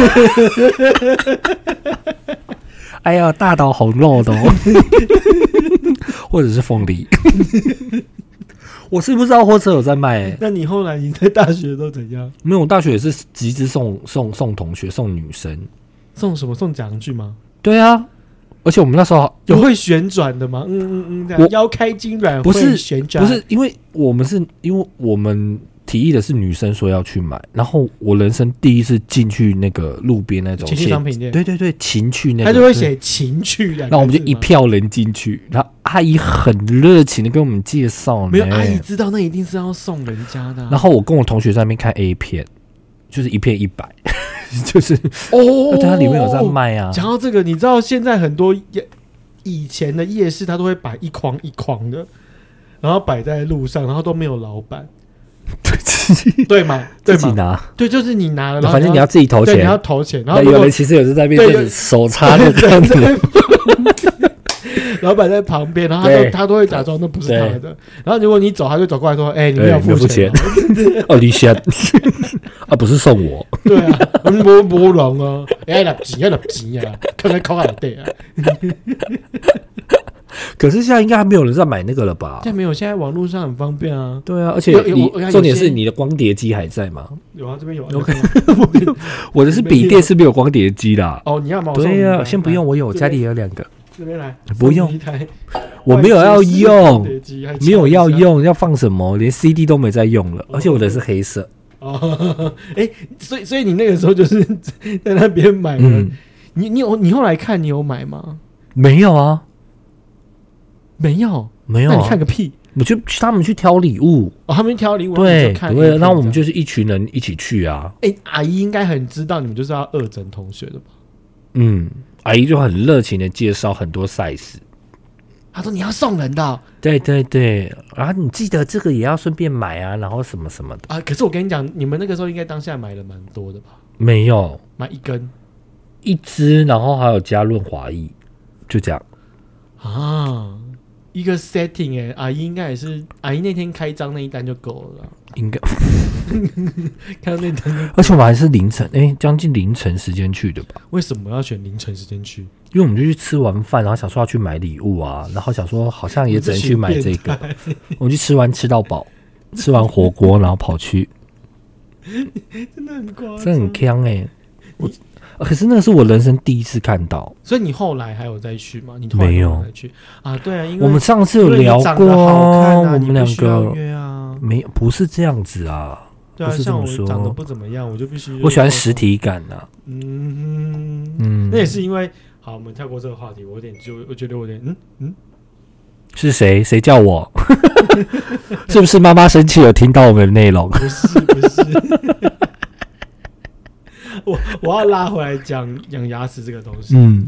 Speaker 1: 哎呀，大岛好肉的哦， 或者是凤梨。 我是不知道货车有在卖、欸，
Speaker 2: 那你后来你在大学都怎样？
Speaker 1: 没有，我大学也是集资送送送同学送女生。
Speaker 2: 送什么？送假洋具吗？
Speaker 1: 对啊，而且我们那时候
Speaker 2: 有会旋转的吗？嗯嗯嗯，这样
Speaker 1: 我
Speaker 2: 腰开筋软
Speaker 1: 不是
Speaker 2: 会旋转，
Speaker 1: 不是因为我们是因为我们提议的是女生说要去买，然后我人生第一次进去那个路边那种
Speaker 2: 情趣
Speaker 1: 现
Speaker 2: 商品店，
Speaker 1: 对对对，情趣那个
Speaker 2: 他就
Speaker 1: 对
Speaker 2: 会写情趣哎两个字吗。
Speaker 1: 然后我们就一票人进去，然后阿姨很热情的跟我们介绍呢，
Speaker 2: 没有阿姨知道那一定是要送人家的啊、
Speaker 1: 然后我跟我同学在那边看 A 片，就是一片一百， 就是
Speaker 2: 哦
Speaker 1: 对它里面有在。卖啊。
Speaker 2: 讲到这个，你知道现在很多夜以前的夜市，它都会摆一筐一筐的，然后摆在路上，然后都没有老板，
Speaker 1: 自己
Speaker 2: 对吗？对
Speaker 1: 自己
Speaker 2: 吗？
Speaker 1: 拿，
Speaker 2: 对，就是你拿了，然后
Speaker 1: 反正你要自己投
Speaker 2: 对你
Speaker 1: 钱
Speaker 2: 要。投钱，
Speaker 1: 那
Speaker 2: 然后如
Speaker 1: 有
Speaker 2: 果
Speaker 1: 人其实有是在那边
Speaker 2: 对
Speaker 1: 这样
Speaker 2: 有
Speaker 1: 子手插着这样子，
Speaker 2: 老板在旁边，然后他
Speaker 1: 对
Speaker 2: 都他都会假装那不是
Speaker 1: 对
Speaker 2: 他的。然后如果你走，他就走过来说：“哎、你
Speaker 1: 哎
Speaker 2: 没有
Speaker 1: 你没有
Speaker 2: 付
Speaker 1: 付
Speaker 2: 钱哦、
Speaker 1: 哦，你先 啊，不是送我，
Speaker 2: 对啊，无无龙哦，哎，要钱要钱啊，看看考下对啊。
Speaker 1: 可是现在应该还没有人在买那个了吧？
Speaker 2: 现在没有，现在网络上很方便啊。
Speaker 1: 对啊，而且
Speaker 2: 有有
Speaker 1: 你
Speaker 2: 我有
Speaker 1: 重点
Speaker 2: 有些
Speaker 1: 是你的光碟机还在吗？
Speaker 2: 有啊，这边有啊。
Speaker 1: OK
Speaker 2: 这边有
Speaker 1: 我的是笔电，是没有光碟机的。
Speaker 2: 哦，你要吗？我送你
Speaker 1: 对
Speaker 2: 一
Speaker 1: 呀、
Speaker 2: 台
Speaker 1: 先不用，。我有，
Speaker 2: 这
Speaker 1: 家
Speaker 2: 边
Speaker 1: 里也有两个，
Speaker 2: 这边来，
Speaker 1: 不用
Speaker 2: 送你一台
Speaker 1: 我没有要用，
Speaker 2: 外接式的光碟机
Speaker 1: 没有要。用，要放什么？连 CD 都没在用了，
Speaker 2: 哦
Speaker 1: 而且我的是黑色。
Speaker 2: 还敲一下哦， 哎，所以所以你那个时候就是 在那边买的
Speaker 1: 嗯。，
Speaker 2: 你你有你后来看你有买吗？
Speaker 1: 没有啊，
Speaker 2: 没有，
Speaker 1: 没有
Speaker 2: 那你看
Speaker 1: 啊。
Speaker 2: 个屁！
Speaker 1: 我就去他们去挑礼物，
Speaker 2: 哦，他们挑礼物，
Speaker 1: 对
Speaker 2: 你就看影
Speaker 1: 对，
Speaker 2: 片
Speaker 1: 然后我们
Speaker 2: 这样
Speaker 1: 就是一群人一起去啊。
Speaker 2: 哎，阿姨应该很知道你们就是要二诊同学的吧？
Speaker 1: 嗯，阿姨就很热情的介绍很多 size。
Speaker 2: 她说你要送人的哦
Speaker 1: 对对对，然后你记得这个也要顺便买啊，然后什么什么的。
Speaker 2: 啊！可是我跟你讲，你们那个时候应该当下买了蛮多的吧？
Speaker 1: 没有
Speaker 2: 买一根
Speaker 1: 一支，然后还有加润滑液，就这样。
Speaker 2: 啊，一个 setting 哎、阿姨应该也是，阿姨那天开张那一单就够了啦，
Speaker 1: 应该，
Speaker 2: 看到那单 就，
Speaker 1: 而且我们还是凌晨，哎，将近凌晨时间去的吧，
Speaker 2: 为什么要选凌晨时间去？
Speaker 1: 因为我们就去吃完饭，然后想说要去买礼物啊，然后想说好像也只能去买这个，我们去吃完吃到 饱，吃完火锅然后跑去，
Speaker 2: 真的很夸
Speaker 1: 这很
Speaker 2: 张。
Speaker 1: 坑哎、 我可是那个是我人生第一次看到，
Speaker 2: 所以你后来还有再去吗？你后来
Speaker 1: 没有
Speaker 2: 再去啊？对啊，因为
Speaker 1: 我们上次
Speaker 2: 因
Speaker 1: 有
Speaker 2: 为你
Speaker 1: 聊
Speaker 2: 长
Speaker 1: 过
Speaker 2: 得好看啊，
Speaker 1: 我
Speaker 2: 你
Speaker 1: 们两
Speaker 2: 必须要
Speaker 1: 个
Speaker 2: 约啊，
Speaker 1: 没有不是这样子啊。
Speaker 2: 对啊，
Speaker 1: 不是这
Speaker 2: 像
Speaker 1: 么
Speaker 2: 我
Speaker 1: 说
Speaker 2: 长得不怎么样，我就必须
Speaker 1: 我喜欢实，体感呐、
Speaker 2: 嗯哼
Speaker 1: 嗯，
Speaker 2: 那也是因为，好，我们跳过这个话题，我有点就我觉得我有点嗯嗯，
Speaker 1: 是谁？谁叫我？ 是不是妈妈生气有听到我们的内 容？
Speaker 2: 不是不是，我我要拉回来讲养牙齿这个东西。
Speaker 1: 嗯，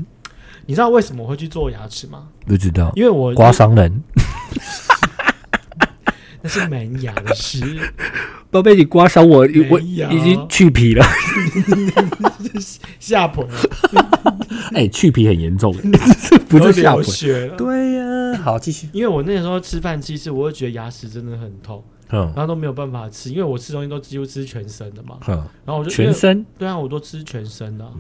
Speaker 2: 你知道为什么我会去做牙齿吗？
Speaker 1: 不知道。
Speaker 2: 因为我
Speaker 1: 刮伤人，
Speaker 2: 那是门牙的事，
Speaker 1: 宝贝，你刮伤我，
Speaker 2: 没
Speaker 1: 我
Speaker 2: 有
Speaker 1: 已经去皮了。
Speaker 2: 下盆
Speaker 1: 哎、去皮很严重， 不是下
Speaker 2: 流
Speaker 1: 巴。
Speaker 2: 血了。
Speaker 1: 对呀、好，继续。
Speaker 2: 因为我那时候吃饭，其实我会觉得牙齿真的很痛，
Speaker 1: 嗯
Speaker 2: 然后都没有办法吃，因为我吃东西都几乎吃全身的嘛。
Speaker 1: 嗯，
Speaker 2: 然后我就因
Speaker 1: 全
Speaker 2: 为
Speaker 1: 身
Speaker 2: 对啊，我都吃全生的啊、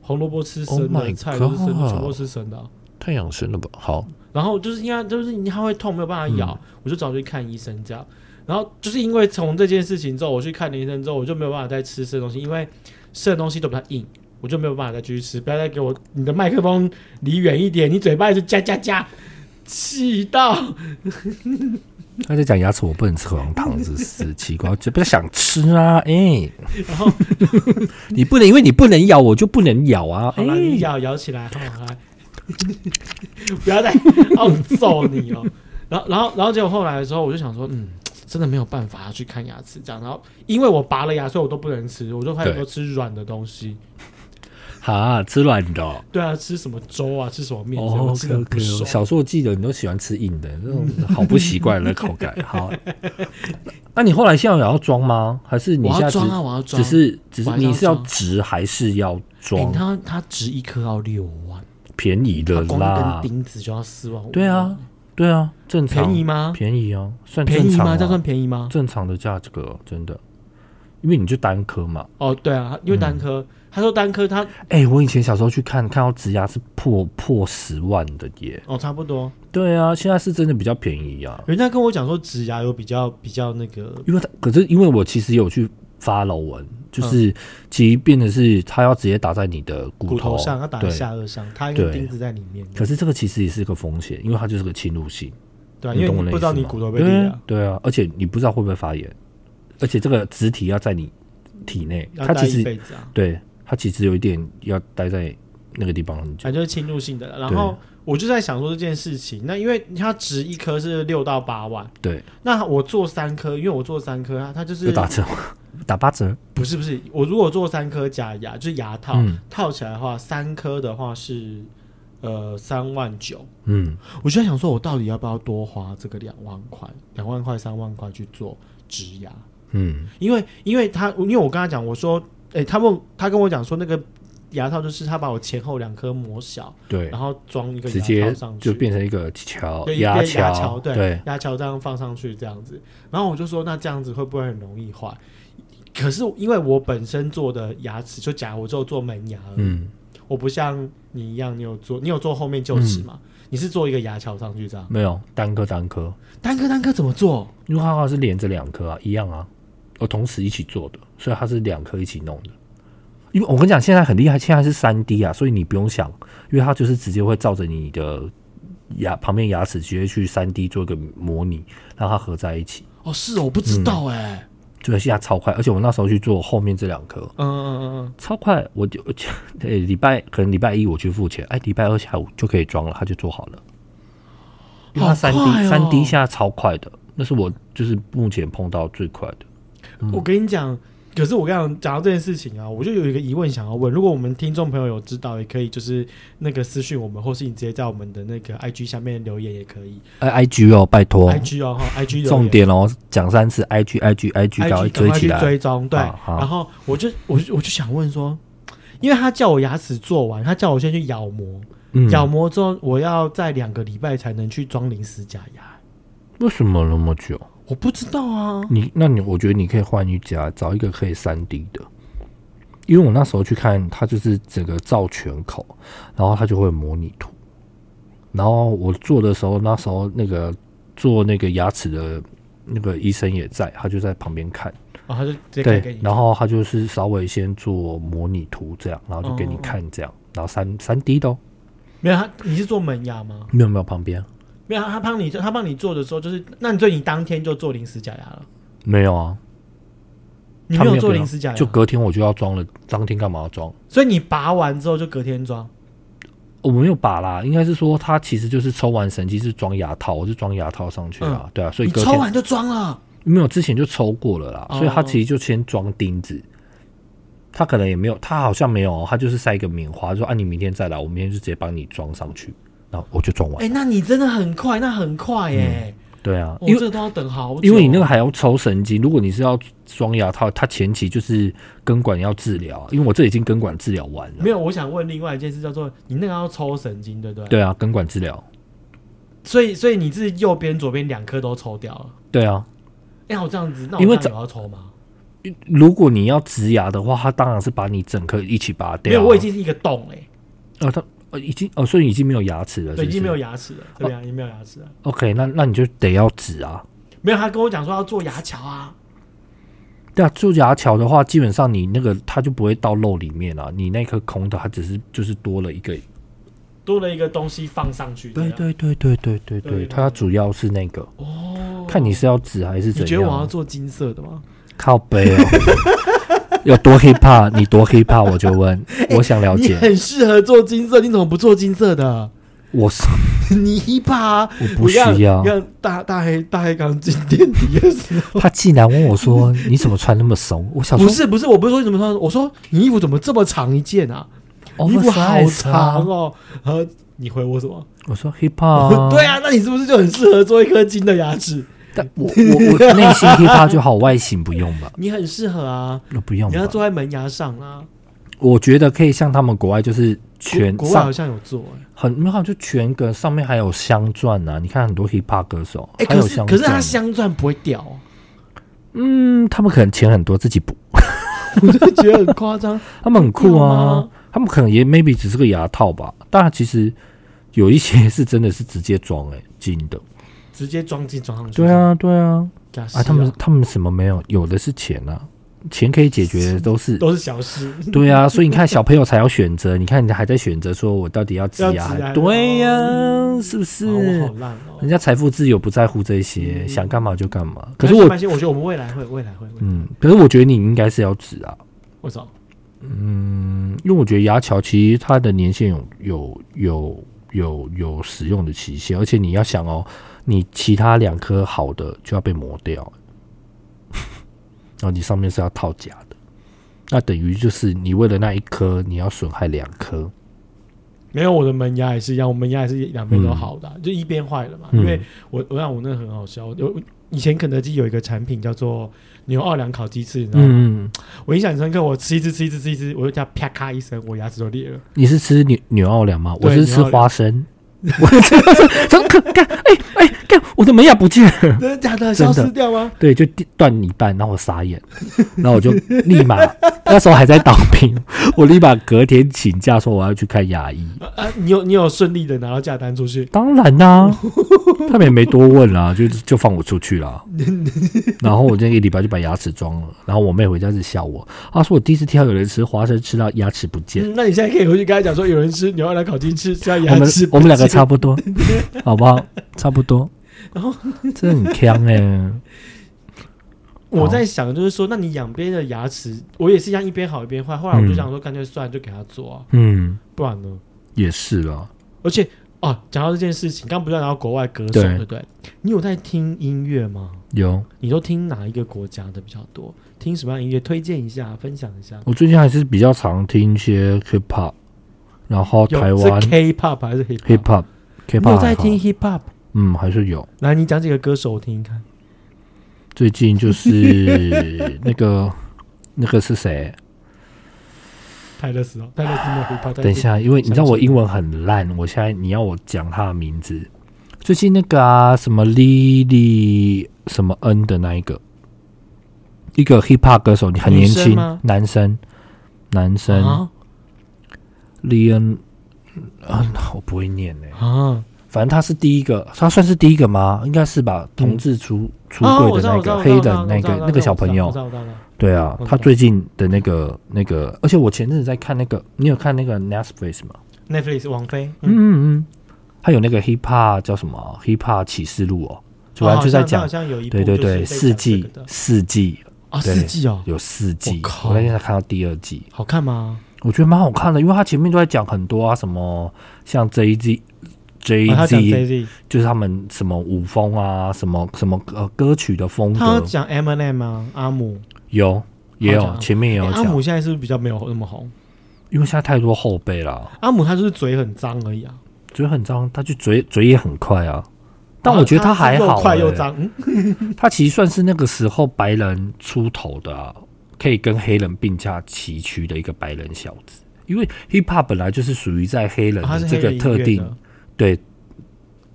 Speaker 2: 红萝卜吃
Speaker 1: Oh
Speaker 2: 生的，
Speaker 1: my
Speaker 2: 菜都是生的，
Speaker 1: God
Speaker 2: 全部都吃生的啊、
Speaker 1: 太养生了吧？好，
Speaker 2: 然后就是因为它就是它会痛，没有办法咬，
Speaker 1: 嗯
Speaker 2: 我就找去看医生这样。然后就是因为从这件事情之后，我去看了医生之后，我就没有办法再吃生的东西，因为生的东西都比较硬，我就没有办法再继续吃。不要再给我你的麦克风离远一点，你嘴巴一直夹夹夹，气到
Speaker 1: 他在讲牙齿，我不能吃口香糖，这是奇怪，就不要想吃啊！哎、
Speaker 2: 然后
Speaker 1: 你不能，因为你不能咬，我就不能咬啊！
Speaker 2: 好
Speaker 1: 哎、
Speaker 2: 了，你咬咬 起来，好好来，不 要再要揍你哦。然后，然后，然后结果后来的时候，我就想说，嗯，真的没有办法去看牙齿这样。然后，因为我拔了牙，所以我都不能吃，我就开始
Speaker 1: 对
Speaker 2: 都吃软的东西。
Speaker 1: 啊，吃软的哦、
Speaker 2: 对啊，吃什么粥啊，吃什么面之类的，
Speaker 1: 哦
Speaker 2: 我吃的不熟。
Speaker 1: 小时候记得你都喜欢吃硬的，那 种好不习惯的口感。好，那你后来现在有要装吗？还是你
Speaker 2: 我
Speaker 1: 现在
Speaker 2: 要
Speaker 1: 只
Speaker 2: 装啊，我要装。
Speaker 1: 只是只
Speaker 2: 我
Speaker 1: 是
Speaker 2: 还是要
Speaker 1: 你是要
Speaker 2: 装
Speaker 1: 直还是要
Speaker 2: 哎，
Speaker 1: 装？
Speaker 2: 它它值一颗要六万，
Speaker 1: 便宜的
Speaker 2: 它光
Speaker 1: 啦
Speaker 2: 一根，钉子就要四万五。
Speaker 1: 啊对啊，，对啊，正常
Speaker 2: 便宜吗？
Speaker 1: 便宜啊，算
Speaker 2: 便
Speaker 1: 正
Speaker 2: 宜
Speaker 1: 常
Speaker 2: 吗？
Speaker 1: 啊
Speaker 2: 这样算便宜吗？
Speaker 1: 正常的价格，真的。因为你就单颗嘛，
Speaker 2: 哦，对啊，因为
Speaker 1: 嗯
Speaker 2: 单颗，他说单颗它
Speaker 1: 哎、我以前小时候去看，看到植牙是破破十万的耶。
Speaker 2: 哦差不多，
Speaker 1: 对啊，现在是真的比较便宜啊。
Speaker 2: 人家跟我讲说植牙有比较比较那个，
Speaker 1: 因为他可是因为我其实有去发楼文，就是其实变的是他要直接打在你的嗯骨头
Speaker 2: 骨头上，要打
Speaker 1: 对。
Speaker 2: 下颚上，它一个
Speaker 1: 对
Speaker 2: 钉子在里面，
Speaker 1: 可是这个其实也是个风险，因为它就是个侵入性，
Speaker 2: 对啊，因
Speaker 1: 你
Speaker 2: 为
Speaker 1: 懂
Speaker 2: 你
Speaker 1: 我的
Speaker 2: 不知道
Speaker 1: 意思
Speaker 2: 你
Speaker 1: 吗
Speaker 2: 骨头被裂啊，
Speaker 1: 对啊对啊，而且你不知道会不会发炎，而且这个植体要在你体内，
Speaker 2: 要
Speaker 1: 它
Speaker 2: 戴
Speaker 1: 其
Speaker 2: 一
Speaker 1: 实
Speaker 2: 辈子啊，
Speaker 1: 对它其实有一点要待在那个地方很久。
Speaker 2: 反正就是侵入性的啦。然后我就在想说这件事情，那因为它植一颗是六到八万，
Speaker 1: 对，
Speaker 2: 那我做三颗，因为我做三颗啊，它就
Speaker 1: 就是打折， 打八折。
Speaker 2: 不是不是，我如果做三颗假牙就是牙套、
Speaker 1: 嗯
Speaker 2: 套起来的话，三颗的话是呃三万九，
Speaker 1: 嗯，
Speaker 2: 我就在想说我到底要不要多花这个两万块，两万块三万块去做植牙。
Speaker 1: 嗯，
Speaker 2: 因为因为他因为我跟他讲，我说，诶，他问他跟我讲说那个牙套就是他把我前后两颗磨小，
Speaker 1: 对
Speaker 2: 然，后装一个
Speaker 1: 直
Speaker 2: 牙
Speaker 1: 接
Speaker 2: 套上去，
Speaker 1: 就变成一个桥
Speaker 2: 对
Speaker 1: 牙
Speaker 2: 变牙桥
Speaker 1: 桥，
Speaker 2: 对牙桥这样放上去这样子。然后我就说，那这样子会不会很容易坏？可是因为我本身做的牙齿，就假如我只有做门牙而已，
Speaker 1: 嗯，
Speaker 2: 我不像你一样，你有做你有做后面臼
Speaker 1: 嗯
Speaker 2: 齿嘛？你是做一个牙桥上去这样，
Speaker 1: 没有单颗单颗，
Speaker 2: 单颗单颗怎么做？
Speaker 1: 因为它好像是连着两颗啊，一样啊，我同时一起做的，所以它是两颗一起弄的。因为我跟你讲，现在很厉害，现在是三 D 啊，所以你不用想，因为它就是直接会照着你的牙旁边牙齿直接去三 D 做一个模拟，让它合在一起。
Speaker 2: 哦，是哦，我不
Speaker 1: 嗯
Speaker 2: 知道哎、
Speaker 1: 对，现在超快，而且我那时候去做后面这两颗，
Speaker 2: 嗯嗯嗯
Speaker 1: 超快，我就 呃礼拜可能礼拜一我去付钱，哎，礼拜二下午就可以装了，它就做好了。因为它
Speaker 2: 好
Speaker 1: 三 D
Speaker 2: 快哦
Speaker 1: 三 D 现在超快的，那是我就是目前碰到最快的。
Speaker 2: 嗯，我跟你讲。可是我跟你讲，讲到这件事情啊，我就有一个疑问想要问。如果我们听众朋友有知道，也可以就是那个私讯我们，或是你直接在我们的那个 IG 下面留言也可以。
Speaker 1: 哎，IG 哦，拜托
Speaker 2: I，G 哦哈，I G 留言
Speaker 1: 重点哦，讲三次，IG IG IG，
Speaker 2: ，I
Speaker 1: 赶快
Speaker 2: G 赶
Speaker 1: 追
Speaker 2: 快
Speaker 1: 起
Speaker 2: 去
Speaker 1: 来。
Speaker 2: 追踪。对，
Speaker 1: 好好
Speaker 2: 然后我就我就我就想问说，因为他叫我牙齿做完，他叫我先去咬膜，
Speaker 1: 嗯
Speaker 2: 咬膜之后我要在两个礼拜才能去装临时假牙，
Speaker 1: 为什么那么久？
Speaker 2: 我不知道啊。
Speaker 1: 你那你，我觉得你可以换一家，找一个可以三 D 的，因为我那时候去看，它就是整个照全口，然后它就会模拟图。然后我做的时候，那时候那个做那个牙齿的那个医生也在，他就在旁边看，
Speaker 2: 然哦后他就直接开给
Speaker 1: 对
Speaker 2: 你，，
Speaker 1: 然后他就是稍微先做模拟图这样，然后就
Speaker 2: 哦
Speaker 1: 给你看这样，然后三三 D 的、哦，
Speaker 2: 没有他你是做门牙吗？
Speaker 1: 没有没有旁边
Speaker 2: 没有他他帮你他帮你做的时候，就是那你所以你当天就做临时假牙了，
Speaker 1: 没有啊，
Speaker 2: 你
Speaker 1: 他
Speaker 2: 没
Speaker 1: 没
Speaker 2: 有
Speaker 1: 有
Speaker 2: 做
Speaker 1: 给我
Speaker 2: 临时假牙，
Speaker 1: 就隔天我就要装了，当天干嘛要装？哦
Speaker 2: 所以你拔完之后就隔天装。
Speaker 1: 我没有把啦，应该是说他其实就是抽完神机是装牙套，我是装牙套上去啊，对啊，所以
Speaker 2: 嗯你
Speaker 1: 隔
Speaker 2: 抽
Speaker 1: 天
Speaker 2: 完就装了，
Speaker 1: 没有之前就抽过了啦，
Speaker 2: 哦
Speaker 1: 所以他其实就先装钉子，他可能也没有，他好像没有，哦他就是塞一个棉花，说啊你明天再来，我明天就直接帮你装上去，然后我就装完，
Speaker 2: 哎、那你真的很快，那很快耶、
Speaker 1: 对啊，
Speaker 2: 我、
Speaker 1: 因
Speaker 2: 这
Speaker 1: 为
Speaker 2: 个都要等好久，哦
Speaker 1: 因为你那个还要抽神经，如果你是要装牙套，它前期就是根管要治疗啊，因为我这已经根管治疗完了，
Speaker 2: 没有，我想问另外一件事，叫做你那个要抽神经，对不对？。
Speaker 1: 对啊，根管治疗，
Speaker 2: 所以，所以你是右边、左边两颗都抽掉了。
Speaker 1: 对啊，
Speaker 2: 哎、我这样子，那
Speaker 1: 因
Speaker 2: 我
Speaker 1: 为
Speaker 2: 这样有要抽吗？
Speaker 1: 如果你要植牙的话，它当然是把你整颗一起拔
Speaker 2: 没
Speaker 1: 掉、啊。
Speaker 2: 有，我已经是一个洞哎、
Speaker 1: 哦，它呃已经哦，所以已经没有牙齿了是不
Speaker 2: 对，
Speaker 1: 是，哦
Speaker 2: 已经没有牙齿了，这边已经没有牙齿了。
Speaker 1: OK，那那你就得要植啊。
Speaker 2: 没有，他跟我讲说要做牙桥啊。
Speaker 1: 对啊，做牙桥的话，基本上你那个它就不会到肉里面了、你那颗空的，它只是就是多了一个。
Speaker 2: 多了一个东西放上去，
Speaker 1: 对
Speaker 2: 这样
Speaker 1: 对对对对对
Speaker 2: 对
Speaker 1: 对，它主要是那个，
Speaker 2: 哦，
Speaker 1: 看你是要植还是
Speaker 2: 你
Speaker 1: 怎
Speaker 2: 觉得我要
Speaker 1: 样。
Speaker 2: 做金色的吗？
Speaker 1: 靠背哦， 有多 hip hop，你多 hip hop，我就 问，我想了
Speaker 2: 你
Speaker 1: 解。
Speaker 2: 很适合做金色，你怎么不做金色的？
Speaker 1: 我是
Speaker 2: 你一把
Speaker 1: 我不需要。
Speaker 2: 让大大黑大黑刚进电梯的时 候，
Speaker 1: 他竟然问我说：“你怎么穿那么松？”我想说
Speaker 2: 不是不是，我不是说你怎么穿，我说你衣服怎么这么长一件啊？衣服好
Speaker 1: oversize 啊
Speaker 2: 长哦。然后你回我什么？
Speaker 1: 我说 hip hop，
Speaker 2: 对，啊，那你是不是就很适合做一颗金的牙齿？
Speaker 1: 但我我我 内心 hip hop 就好，外形不用吧？
Speaker 2: 你很适合啊，
Speaker 1: 那不用
Speaker 2: 你
Speaker 1: 吧
Speaker 2: 要？坐在门牙上啊。
Speaker 1: 我觉得可以像他们国外就是全
Speaker 2: 国国外
Speaker 1: 上
Speaker 2: 好像有做欸
Speaker 1: 很没有就全个上面还有镶钻呐、啊，你看很多 hip hop 歌手，
Speaker 2: 哎，
Speaker 1: 还有
Speaker 2: 可是
Speaker 1: 镶钻
Speaker 2: 可是它镶钻不会掉哦，
Speaker 1: 嗯，他们可能钱很多自己补，
Speaker 2: 我就觉得很夸张。
Speaker 1: 他们很 酷
Speaker 2: 有
Speaker 1: 啊
Speaker 2: 吗，
Speaker 1: 他们可能也 maybe 只是个牙套吧，但其实有一些是真的是直接装哎、金的，
Speaker 2: 直接装进装上去。
Speaker 1: 对，啊对啊，啊
Speaker 2: 啊，
Speaker 1: 他们他们什么没有，有的是钱啊，钱可以解决的都是
Speaker 2: 都是小事。
Speaker 1: 对呀、所以你看小朋友才要选择，你看你还在选择说我到底要植
Speaker 2: 要
Speaker 1: 牙
Speaker 2: 植牙，
Speaker 1: 对呀、
Speaker 2: 哦
Speaker 1: 是不是？
Speaker 2: 哇我好烂哦
Speaker 1: 人。家财富自由不在乎这些，
Speaker 2: 嗯
Speaker 1: 想干嘛就干嘛。可是
Speaker 2: 没关系没
Speaker 1: 我
Speaker 2: 关，系我觉得我们未来会，未来会，未来会
Speaker 1: 嗯，可是我觉得你应该是要植啊，
Speaker 2: 为什么？
Speaker 1: 嗯，因为我觉得牙桥其实它的年限有有有有有使用的期限，而且你要想哦，你其他两颗好的就要被磨掉， 然后你上面是要套假的，那等于就是你为了那一颗，你要损害两颗。
Speaker 2: 没有，我的门牙也是一样，我门牙也是两边都好的啊、就一边坏了嘛。
Speaker 1: 嗯
Speaker 2: 因为我我让我那很好笑，我我以前肯德基有一个产品叫做牛奥良烤鸡翅，你知道吗？
Speaker 1: 嗯，
Speaker 2: 我印象很深刻，我吃一只吃一只吃一只，我就叫啪咔一声，我牙齿都裂了。
Speaker 1: 你是吃牛牛奥良吗？我
Speaker 2: 对
Speaker 1: 是吃
Speaker 2: 牛奥良
Speaker 1: 花生。我这这这可干哎哎干！我的门牙不见了，
Speaker 2: 真的假
Speaker 1: 真
Speaker 2: 的？消
Speaker 1: 的
Speaker 2: 失掉吗？
Speaker 1: 对，就断一半，然后我傻眼，然后我就立马那时候还在当兵， 我立马隔天请假说我要去看牙医。
Speaker 2: 啊啊！你有你有顺利的拿到价单出去？
Speaker 1: 当然啦、他们也没多问啦、就就放我出去啦。然后我这一礼拜就把牙齿装了，然后我妹回家是笑我，她说我第一次听到有人吃花生吃到牙齿不见。
Speaker 2: 嗯，那你现在可以回去跟他讲说，有人吃牛二来烤鸡翅，吃到
Speaker 1: 我
Speaker 2: 牙
Speaker 1: 们
Speaker 2: 齿
Speaker 1: 我们两个
Speaker 2: 不见
Speaker 1: 差不 多，好不好？差不多。
Speaker 2: 然后
Speaker 1: 这很强哎、
Speaker 2: 我在想，就是说，那你两边的牙齿，我也是一样，一边好一边坏。后来我就想说，干脆算了，就给他做啊，
Speaker 1: 嗯，
Speaker 2: 不然呢？
Speaker 1: 也是啦。
Speaker 2: 而且啊，讲到这件事情，刚不是要讲到国外歌手，
Speaker 1: 对
Speaker 2: 对不对？你有在听音乐吗？
Speaker 1: 有，
Speaker 2: 你都听哪一个国家的比较多？听什么样的音乐？推荐一下，分享一下。
Speaker 1: 我最近还是比较常听一些 hip hop，然后
Speaker 2: 有
Speaker 1: 台湾
Speaker 2: 是 K-pop 还是 hip
Speaker 1: hip hop hip
Speaker 2: 你
Speaker 1: hop
Speaker 2: 有在听 hip hop？
Speaker 1: 嗯，还是有。
Speaker 2: 来，你讲几个歌手我听听看。
Speaker 1: 最近就是 那个那个是谁？
Speaker 2: 泰勒斯哦，泰勒斯没有 hip hop。
Speaker 1: 等一，下，因为你知道我英文很烂，我现在你要我讲他的名字，最近那个啊，什么 Lily 什么 N 的那一个，一个 hip hop 歌手，你很
Speaker 2: 女
Speaker 1: 年
Speaker 2: 生
Speaker 1: 轻
Speaker 2: 吗，
Speaker 1: 男生，男生、
Speaker 2: 啊
Speaker 1: Leon，嗯，我不会念哎、
Speaker 2: 啊
Speaker 1: 反正他是第一个，他算是第一个吗？应该是吧，同志出、
Speaker 2: 嗯
Speaker 1: 出
Speaker 2: 哦
Speaker 1: 柜的那个、黑人那个那个小朋友，对啊
Speaker 2: 我，知
Speaker 1: 他
Speaker 2: 道
Speaker 1: 最近的那个那个，而且我前阵子在看那个，你有看那个 Netflix 吗？
Speaker 2: Netflix 王菲，
Speaker 1: 嗯
Speaker 2: 嗯，
Speaker 1: 嗯嗯，他有那个 hip hop 叫什么啊 hip hop 启示录哦，主要就在讲
Speaker 2: 好，像有一部
Speaker 1: 对对对，四季
Speaker 2: 的
Speaker 1: 四季
Speaker 2: 啊，
Speaker 1: 对
Speaker 2: 四季哦，
Speaker 1: 有四季
Speaker 2: 我，靠
Speaker 1: 我那天才看到第二季，
Speaker 2: 好看吗？
Speaker 1: 我觉得蛮好看的，因为他前面都在讲很多啊，什么像 J Z
Speaker 2: 啊
Speaker 1: J
Speaker 2: 他讲 Jay
Speaker 1: Z，
Speaker 2: Z，
Speaker 1: 就是他们什么舞风啊，什么什么呃歌曲的风
Speaker 2: 他有
Speaker 1: 格，
Speaker 2: 讲 Eminem 吗？啊阿姆，
Speaker 1: 有也
Speaker 2: 好
Speaker 1: 有
Speaker 2: 讲
Speaker 1: 前面也有
Speaker 2: 诶哎阿
Speaker 1: 讲，
Speaker 2: 姆现在是不是比较没有那么红？
Speaker 1: 因为现在太多后辈了。
Speaker 2: 阿姆他就是嘴很脏而已啊，
Speaker 1: 嘴很脏，他就嘴嘴也很快啊。但我觉得
Speaker 2: 他
Speaker 1: 还好、
Speaker 2: 又快又
Speaker 1: 欸，
Speaker 2: 脏，嗯
Speaker 1: 他其实算是那个时候白人出头的、啊，可以跟黑人并驾齐驱的一个白人小子。因为 hip hop 本来就是属于在黑人
Speaker 2: 他
Speaker 1: 的
Speaker 2: 啊是
Speaker 1: 这
Speaker 2: 黑
Speaker 1: 个
Speaker 2: 人
Speaker 1: 特
Speaker 2: 音乐
Speaker 1: 定
Speaker 2: 的
Speaker 1: 对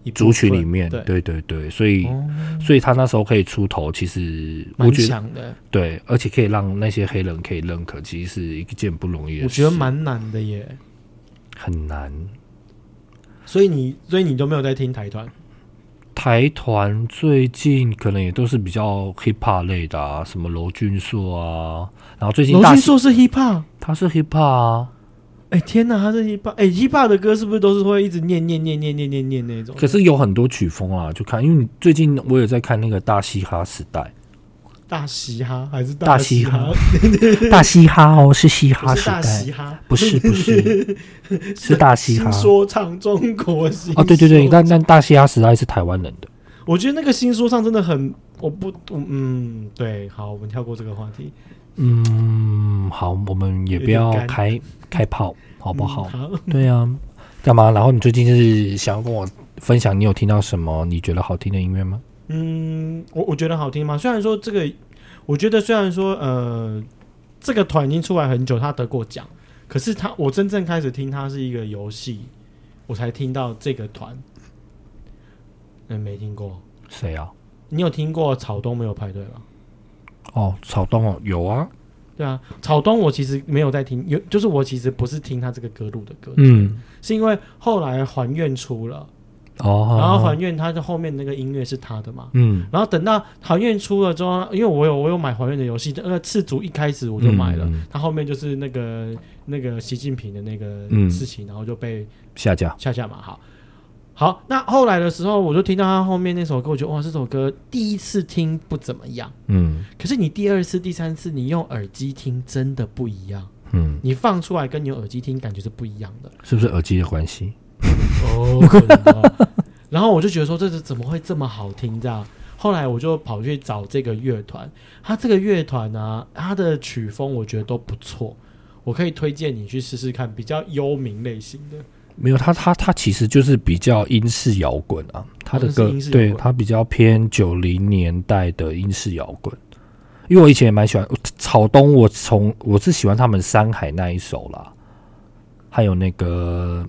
Speaker 2: 一部
Speaker 1: 族群
Speaker 2: 分
Speaker 1: 里面，
Speaker 2: 对，
Speaker 1: 对对对，所以、
Speaker 2: 哦
Speaker 1: 所以他那时候可以出头，其实我
Speaker 2: 蛮
Speaker 1: 觉得
Speaker 2: 强的，
Speaker 1: 对，而且可以让那些黑人可以认可，其实是一件不容易的
Speaker 2: 我
Speaker 1: 事，
Speaker 2: 觉得蛮难的耶。
Speaker 1: 很难。
Speaker 2: 所以你，所以你都没有在听台团，
Speaker 1: 台团最近可能也都是比较 hip hop 类的啊，什么娄俊硕啊，然后最近
Speaker 2: 罗
Speaker 1: 大
Speaker 2: 俊硕是 hip hop。
Speaker 1: 他是 hip hop 啊，
Speaker 2: 哎、天哪，他是 hip hop，哎、h i p hop 的歌是不是都是会一直念念念念念念念那种？
Speaker 1: 可是有很多曲风啊，就看，因为你最近我有在看那个大嘻哈时代，
Speaker 2: 大嘻哈还是
Speaker 1: 大
Speaker 2: 嘻
Speaker 1: 嘻哈大嘻哈哦是嘻哈
Speaker 2: 不
Speaker 1: 时
Speaker 2: 是大嘻
Speaker 1: 代，
Speaker 2: 哈，
Speaker 1: 不是不是 是大嘻哈
Speaker 2: 新说唱中国新
Speaker 1: 啊，对对对，
Speaker 2: 说
Speaker 1: 但但大嘻哈时代是台湾人的，
Speaker 2: 我觉得那个新说唱真的很，我不，我嗯，对，好，我们跳过这个话题，
Speaker 1: 嗯，好，我们也不要
Speaker 2: 有点干
Speaker 1: 开开炮，好不好？
Speaker 2: 嗯好，
Speaker 1: 对啊，干嘛？然后你最近是想要跟我分享你有听到什么你觉得好听的音乐吗？
Speaker 2: 嗯，我我觉得好听吗？虽然说这个，我觉得虽然说呃，这个团已经出来很久，他得过奖，可是他我真正开始听他是一个游戏，我才听到这个团，嗯，没听过。
Speaker 1: 谁啊？
Speaker 2: 你有听过草东没有派对吗？
Speaker 1: 哦，草东哦，有啊，
Speaker 2: 对啊，草东我其实没有在听，有就是我其实不是听他这个歌录的歌，
Speaker 1: 嗯，
Speaker 2: 是因为后来还愿出了，
Speaker 1: 哦，
Speaker 2: 然后
Speaker 1: 好
Speaker 2: 还愿他的后面那个音乐是他的嘛，
Speaker 1: 嗯，
Speaker 2: 然后等到还愿出了之后，因为我有我有买还愿的游戏，那个赤足一开始我就买了，
Speaker 1: 嗯嗯
Speaker 2: 他后面就是那个那个习近平的那个
Speaker 1: 嗯
Speaker 2: 事情，然后就被
Speaker 1: 下架，
Speaker 2: 下架嘛，好。好，那后来的时候，我就听到他后面那首歌，我觉得哇，这首歌第一次听不怎么样，
Speaker 1: 嗯
Speaker 2: 可是你第二次、第三次，你用耳机听真的不一样。
Speaker 1: 嗯，
Speaker 2: 你放出来跟你用耳机听感觉是不一样的。
Speaker 1: 是不是耳机的关系？
Speaker 2: 哦，可能哦然后我就觉得说，这是怎么会这么好听这样？后来我就跑去找这个乐团，他这个乐团呢、啊，他的曲风我觉得都不错，我可以推荐你去试试看，比较幽冥类型的。
Speaker 1: 没有，他他他其实就是比较英式摇滚啊，他的
Speaker 2: 哦那是
Speaker 1: 歌
Speaker 2: 英式摇
Speaker 1: 对
Speaker 2: 滚
Speaker 1: 他比较偏九零年代的英式摇滚。因为我以前也蛮喜欢草东，我从我是喜欢他们《山海》那一首啦，还有那个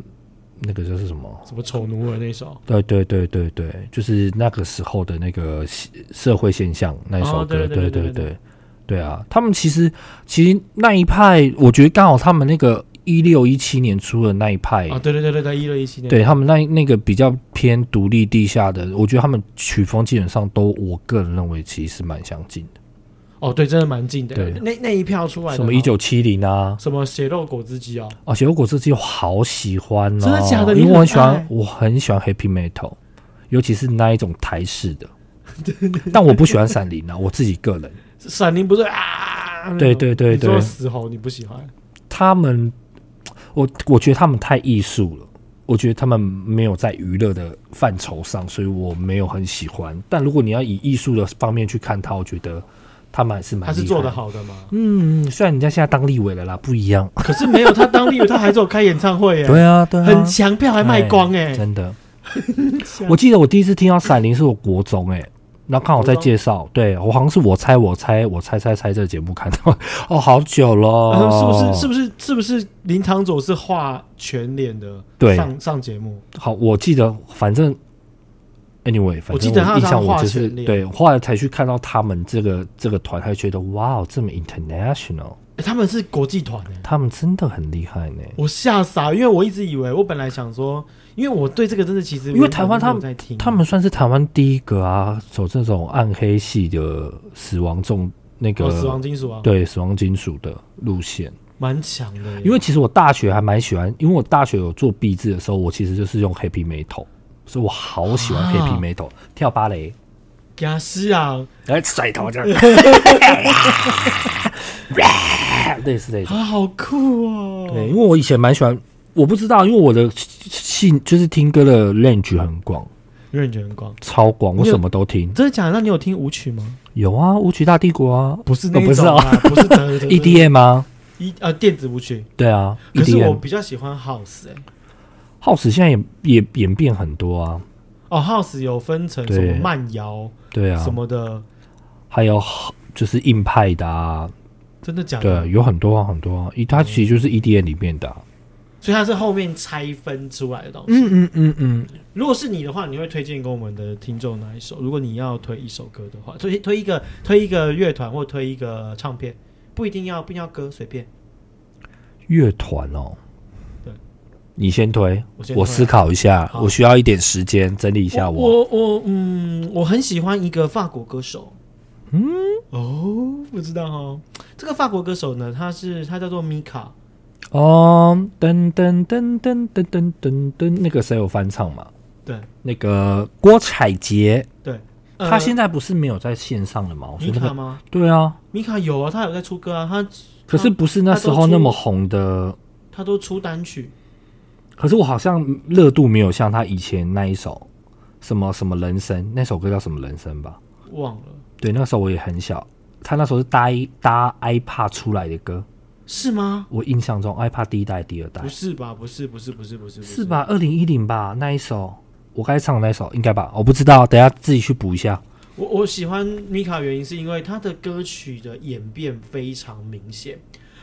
Speaker 1: 那个就是什么？
Speaker 2: 什么丑奴儿那首，
Speaker 1: 对呃对对对对，就是那个时候的那个社社会现象那一首
Speaker 2: 哦
Speaker 1: 歌，
Speaker 2: 对对
Speaker 1: 对
Speaker 2: 对对对
Speaker 1: 对对啊，他们其实其实那一派，我觉得刚好他们那个一六一七年出的那一派，
Speaker 2: 啊，对对对对对，一六一七年，
Speaker 1: 对他们那那个比较偏独立地下的，我觉得他们曲风基本上都，我个人认为其实蛮相近的，
Speaker 2: 哦，对，真的蛮近的。
Speaker 1: 对
Speaker 2: 那那一票出来的
Speaker 1: 什么
Speaker 2: 哦
Speaker 1: 一九七零啊，
Speaker 2: 什么血肉果汁机哦，
Speaker 1: 啊，血肉果汁机我好喜欢哦，
Speaker 2: 真的假的
Speaker 1: 因
Speaker 2: 你
Speaker 1: 为我
Speaker 2: 很
Speaker 1: 喜欢
Speaker 2: 爱，
Speaker 1: 我很喜欢 Happy Metal，尤其是那一种台式 的。但我不喜欢闪灵啊，我自己个人，
Speaker 2: 闪灵不是啊？
Speaker 1: 对对对
Speaker 2: 你说
Speaker 1: 对
Speaker 2: 死猴你不喜欢？
Speaker 1: 他们，我我觉得他们太艺术了，我觉得他们没有在娱乐的范畴上，所以我没有很喜欢。但如果你要以艺术的方面去看他，我觉得他们还是蛮
Speaker 2: 他是
Speaker 1: 厉害？
Speaker 2: 做的。好的吗
Speaker 1: 嗯，虽然人家现在当立委了啦，不一样。
Speaker 2: 可是没有，他当地他还是有开演唱会哎，
Speaker 1: 对啊，对啊，
Speaker 2: 很强，票还卖光哎。
Speaker 1: 真的。我记得我第一次听到《闪灵》是我国中哎、然后刚好在介绍，对我好像是我猜我猜我猜猜猜这个节目看到，哦，好久了，
Speaker 2: 然后啊是不是是不是是不是林堂佐是画全脸的？
Speaker 1: 对
Speaker 2: 上上节目
Speaker 1: 好，我记得反正 anyway，反
Speaker 2: 我记
Speaker 1: 正
Speaker 2: 得他
Speaker 1: 我印
Speaker 2: 好像
Speaker 1: 象我
Speaker 2: 画
Speaker 1: 就是
Speaker 2: 全脸
Speaker 1: 对，后来才去看到他们这个这个团，还觉得哇哦，这么 international，
Speaker 2: 诶哎他们是国际团哎，
Speaker 1: 他们真的很厉害呢。
Speaker 2: 我吓傻，因为我一直以为我本来想说，因为我对这个真的其实
Speaker 1: 因为台湾他们
Speaker 2: 没有在听
Speaker 1: 他们算是台湾第一个啊，走这种暗黑系的死亡重那个、
Speaker 2: 哦死亡金属啊，
Speaker 1: 对死亡金属的路线。
Speaker 2: 蛮强的耶，
Speaker 1: 因为其实我大学还蛮喜欢，因为我大学有做壁纸的时候，我其实就是用 Happy Metal，所以我好喜欢
Speaker 2: 啊
Speaker 1: Happy Metal、跳芭蕾，
Speaker 2: 雅诗啊，
Speaker 1: 来甩头这样， 类似这种。
Speaker 2: 啊，好酷哦！
Speaker 1: 对，因为我以前蛮喜欢，我不知道，因为我的性就是听歌的 range 很广，
Speaker 2: 因为你觉得很广，
Speaker 1: 超广，我
Speaker 2: 你有
Speaker 1: 什么都听。
Speaker 2: 真的假的？那你有听舞曲吗？
Speaker 1: 有啊，《舞曲大帝国》啊
Speaker 2: 不是
Speaker 1: 那
Speaker 2: 那
Speaker 1: 一
Speaker 2: 种啊，不是 EDM
Speaker 1: ，EDM 啊，
Speaker 2: 一呃电子舞曲。
Speaker 1: 对啊
Speaker 2: 可是我
Speaker 1: ，EDM。
Speaker 2: 比较喜欢 House 哎、
Speaker 1: House 现在也也演变很多啊，
Speaker 2: 哦 House 有分成什么
Speaker 1: 对
Speaker 2: 慢摇
Speaker 1: 对啊
Speaker 2: 什，么的，
Speaker 1: 还有就是硬派的啊，
Speaker 2: 真的假的？
Speaker 1: 对，有很多啊，很多啊，一它其实
Speaker 2: 嗯
Speaker 1: 就是 EDM 里面的啊、
Speaker 2: 所以它是后面拆分出来的东西。
Speaker 1: 嗯嗯嗯嗯，
Speaker 2: 如果是你的话，你会推荐给我们的听众哪一首？如果你要推一首歌的话，推推一个推一个乐团或推一个唱片，不一定要不一定要歌，随便。
Speaker 1: 乐团哦
Speaker 2: 对。
Speaker 1: 你先推，
Speaker 2: 我先
Speaker 1: 我
Speaker 2: 推啊
Speaker 1: 思考一下，
Speaker 2: 好
Speaker 1: 我需要一点时间整理一下我。
Speaker 2: 我我嗯，我很喜欢一个法国歌手。嗯，哦，不知道哦。这个法国歌手呢，他是他叫做米卡，
Speaker 1: 哦，噔噔噔噔噔噔噔噔，那个谁有翻唱嘛？
Speaker 2: 对
Speaker 1: 那个郭采洁，
Speaker 2: 对。呃
Speaker 1: 她现在不是没有在线上了吗？我觉
Speaker 2: 米
Speaker 1: 得那
Speaker 2: 卡
Speaker 1: 个
Speaker 2: 吗？
Speaker 1: 对啊，
Speaker 2: 米卡有啊，他有在出歌啊，他
Speaker 1: 可是不是那时
Speaker 2: 她都
Speaker 1: 候
Speaker 2: 出
Speaker 1: 那么红的，
Speaker 2: 他都出单曲。
Speaker 1: 可是我好像热度没有像她以前那一首什么什么人生，那首歌叫什么人生吧？
Speaker 2: 忘了
Speaker 1: 对，那时候我也很小，他那时候是搭一搭 iPad 出来的歌，
Speaker 2: 是吗？
Speaker 1: 我印象中 iPad 第一代、第二代
Speaker 2: 不是吧？不是，不是，不是，不是，不
Speaker 1: 是？吧？二零一零吧，那一首我该唱的那一首应该吧，我不知道，等一下自己去补一下。
Speaker 2: 我我喜欢米卡的原因是因为他的歌曲的演变非常明显。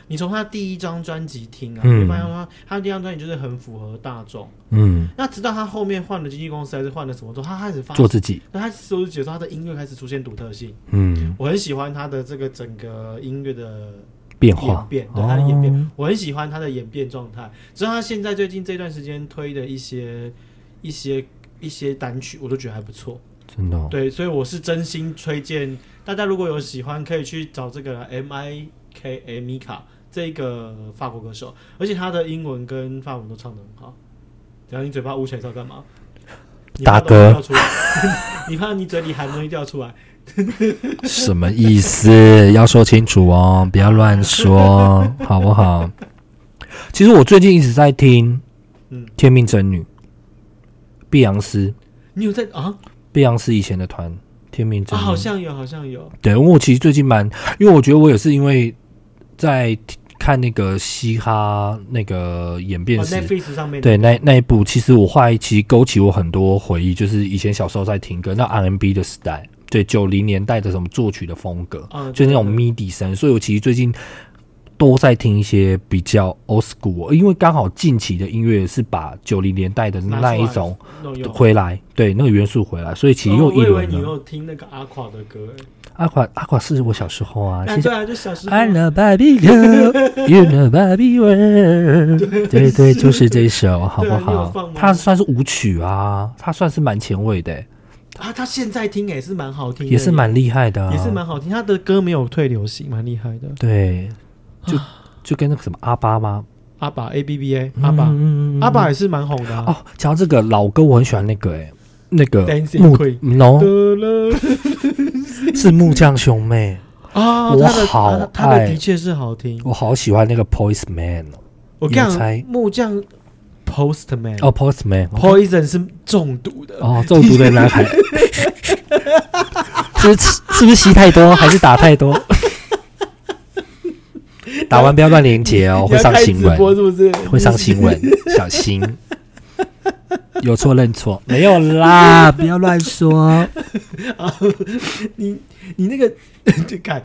Speaker 2: 你从他第一张专辑听啊，你会
Speaker 1: 嗯
Speaker 2: 发现他他第一张专辑就是很符合大众。
Speaker 1: 嗯，
Speaker 2: 那直到他后面换了经纪公司，还是换了什么之后，他开始发
Speaker 1: 做自己，
Speaker 2: 那他收集的时候，他的音乐开始出现独特性。
Speaker 1: 嗯，
Speaker 2: 我很喜欢他的这个整个音乐的
Speaker 1: 变
Speaker 2: 演
Speaker 1: 化，
Speaker 2: 变，对他的演变，
Speaker 1: 哦
Speaker 2: 我很喜欢他的演变状态。只是他现在最近这段时间推的一些一些一些单曲，我都觉得还不错。
Speaker 1: 真 的、哦，
Speaker 2: 对，所以我是真心推荐大家，如果有喜欢，可以去找这个 M I K A Mika 这个法国歌手，而且他的英文跟法文都唱得很好。然后你嘴巴捂起来是要干嘛？你 怕
Speaker 1: 打
Speaker 2: 东西
Speaker 1: 嗝
Speaker 2: 掉出来 你怕你嘴里含东西掉出来？
Speaker 1: 什么意思？要说清楚哦，不要乱说，好不好？其实我最近一直在听，
Speaker 2: 嗯
Speaker 1: 《天命真女》，碧昂斯，
Speaker 2: 你有在啊？
Speaker 1: 碧昂斯以前的团，《天命
Speaker 2: 啊，
Speaker 1: 真女》
Speaker 2: 好像有，好像有。
Speaker 1: 对，因为我其实最近蛮，因为我觉得我也是因为在看那个嘻哈那个演变
Speaker 2: 哦
Speaker 1: 史，
Speaker 2: ，Netflix 上面的
Speaker 1: 对那那一部，其实我后来其实勾起我很多回忆，就是以前小时候在听歌，那 R&B 的时代，对九零年代的什么作曲的风格，
Speaker 2: 嗯
Speaker 1: 就
Speaker 2: 对
Speaker 1: 那种
Speaker 2: 对
Speaker 1: MIDI 声，所以我其实最近都在听一些比较 old school，因为刚好近期的音乐是把九零年代的
Speaker 2: 拿出
Speaker 1: 那
Speaker 2: 来
Speaker 1: 一种
Speaker 2: 弄用
Speaker 1: 回来，对那个元素回来，所以其实
Speaker 2: 哦
Speaker 1: 又一
Speaker 2: 我以为
Speaker 1: 轮
Speaker 2: 你
Speaker 1: 了。
Speaker 2: 有听那个阿垮的歌，欸
Speaker 1: 阿垮阿垮是我小时候啊，
Speaker 2: 哎，
Speaker 1: 谢谢
Speaker 2: 对啊，就小时候
Speaker 1: I know Baby Girl，You know Baby World，对对，就是这一首，好不
Speaker 2: 对啊你有放
Speaker 1: 好
Speaker 2: 吗？
Speaker 1: 它算是舞曲啊，它算是蛮前卫的欸、
Speaker 2: 啊，他现在听也是蛮好听的，
Speaker 1: 也是蛮厉害的、啊，
Speaker 2: 也是蛮好听，他的歌没有退流行，蛮厉害的。
Speaker 1: 对， 就就跟那个什么阿巴吗？
Speaker 2: 阿爸 A B B A 阿爸
Speaker 1: 嗯
Speaker 2: 阿爸也是蛮红的啊。
Speaker 1: 哦，讲到这个老歌，我很喜欢那个哎、那个
Speaker 2: Dancing
Speaker 1: 木
Speaker 2: Queen
Speaker 1: no
Speaker 2: 得了
Speaker 1: 是木匠兄妹，
Speaker 2: 啊，
Speaker 1: 我
Speaker 2: 他的
Speaker 1: 好
Speaker 2: 他他的
Speaker 1: 爱
Speaker 2: 的确是好听。
Speaker 1: 我好喜欢那个 Poison Man 哦
Speaker 2: 我跟你
Speaker 1: 邮差
Speaker 2: 讲，木匠 Postman
Speaker 1: 哦 Poison Man
Speaker 2: Poison 是中毒的，
Speaker 1: 哦，中毒的 男孩，是不是是不是吸太多还是打太 多？打完不要乱连接哦，
Speaker 2: 你
Speaker 1: 会
Speaker 2: 要
Speaker 1: 上
Speaker 2: 开
Speaker 1: 新
Speaker 2: 直播
Speaker 1: 闻，
Speaker 2: 是不是？
Speaker 1: 会上新闻，小 心。有错认错，没有 啦，不要乱说。
Speaker 2: 你你那个 就看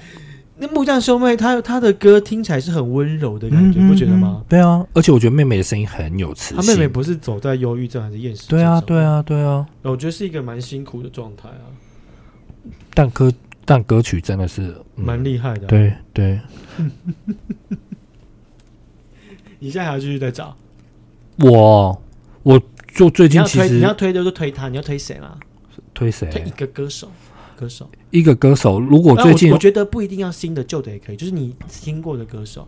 Speaker 2: 那木匠兄妹，他他的歌听起来是很温柔的感觉，不觉得吗？？
Speaker 1: 嗯对啊，而且我觉得妹妹的声音很有磁性。
Speaker 2: 他妹妹不是走在忧郁症还是厌食症
Speaker 1: 对啊，
Speaker 2: 上哦
Speaker 1: 对啊，对啊。
Speaker 2: 我觉得是一个蛮辛苦的状态啊，
Speaker 1: 但歌但歌曲真的是嗯
Speaker 2: 蛮厉害的、，啊
Speaker 1: 对对，
Speaker 2: 你现在还要继续在找？
Speaker 1: 我我就最
Speaker 2: 你
Speaker 1: 近
Speaker 2: 要
Speaker 1: 其
Speaker 2: 推你要
Speaker 1: 实
Speaker 2: 推的就推他，你要推谁啦？
Speaker 1: 推谁？啊
Speaker 2: 推一个歌手，歌手。
Speaker 1: 一个歌手，如果
Speaker 2: 那
Speaker 1: 最近
Speaker 2: 我觉得不一定要新的，旧的也可以，就是你听过的歌手。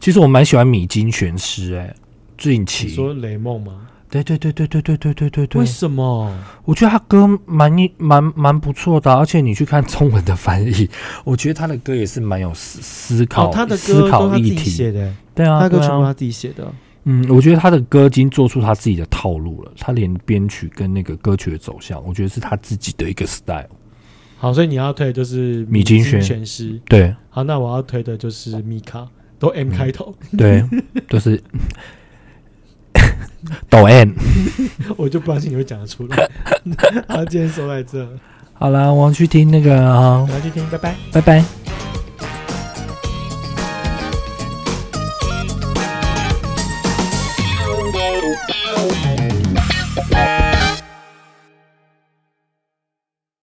Speaker 1: 其实我蛮喜欢米津玄师哎、近
Speaker 2: 你
Speaker 1: 期
Speaker 2: 说雷梦吗？
Speaker 1: 对对对对对对对对对对
Speaker 2: 为，什么？
Speaker 1: 我觉得他歌蛮蛮蛮不错的啊、而且你去看中文的翻译，我觉得他的歌也是蛮有思思考、
Speaker 2: 哦，他的歌
Speaker 1: 思
Speaker 2: 都
Speaker 1: 考
Speaker 2: 他自
Speaker 1: 议
Speaker 2: 己
Speaker 1: 题，
Speaker 2: 写的，
Speaker 1: 对
Speaker 2: 他
Speaker 1: 啊，
Speaker 2: 的歌
Speaker 1: 对
Speaker 2: 全部
Speaker 1: 啊，
Speaker 2: 他自己写的。哦
Speaker 1: 嗯，我觉得他的歌已经做出他自己的套路了，他连编曲跟那个歌曲的走向，我觉得是他自己的一个 style。
Speaker 2: 好，所以你要推的就是
Speaker 1: 米津玄
Speaker 2: 玄师。
Speaker 1: 对
Speaker 2: 好，那我要推的就是米卡，都 M 开头，
Speaker 1: 对，就是抖 M。
Speaker 2: 我就不相信你会讲得出来。 好，今天说在这，
Speaker 1: 好啦，我要去听那个啊、啊
Speaker 2: 我要去听，拜拜。
Speaker 1: 拜
Speaker 3: 「君
Speaker 1: 拜。
Speaker 3: の声が聞こえる」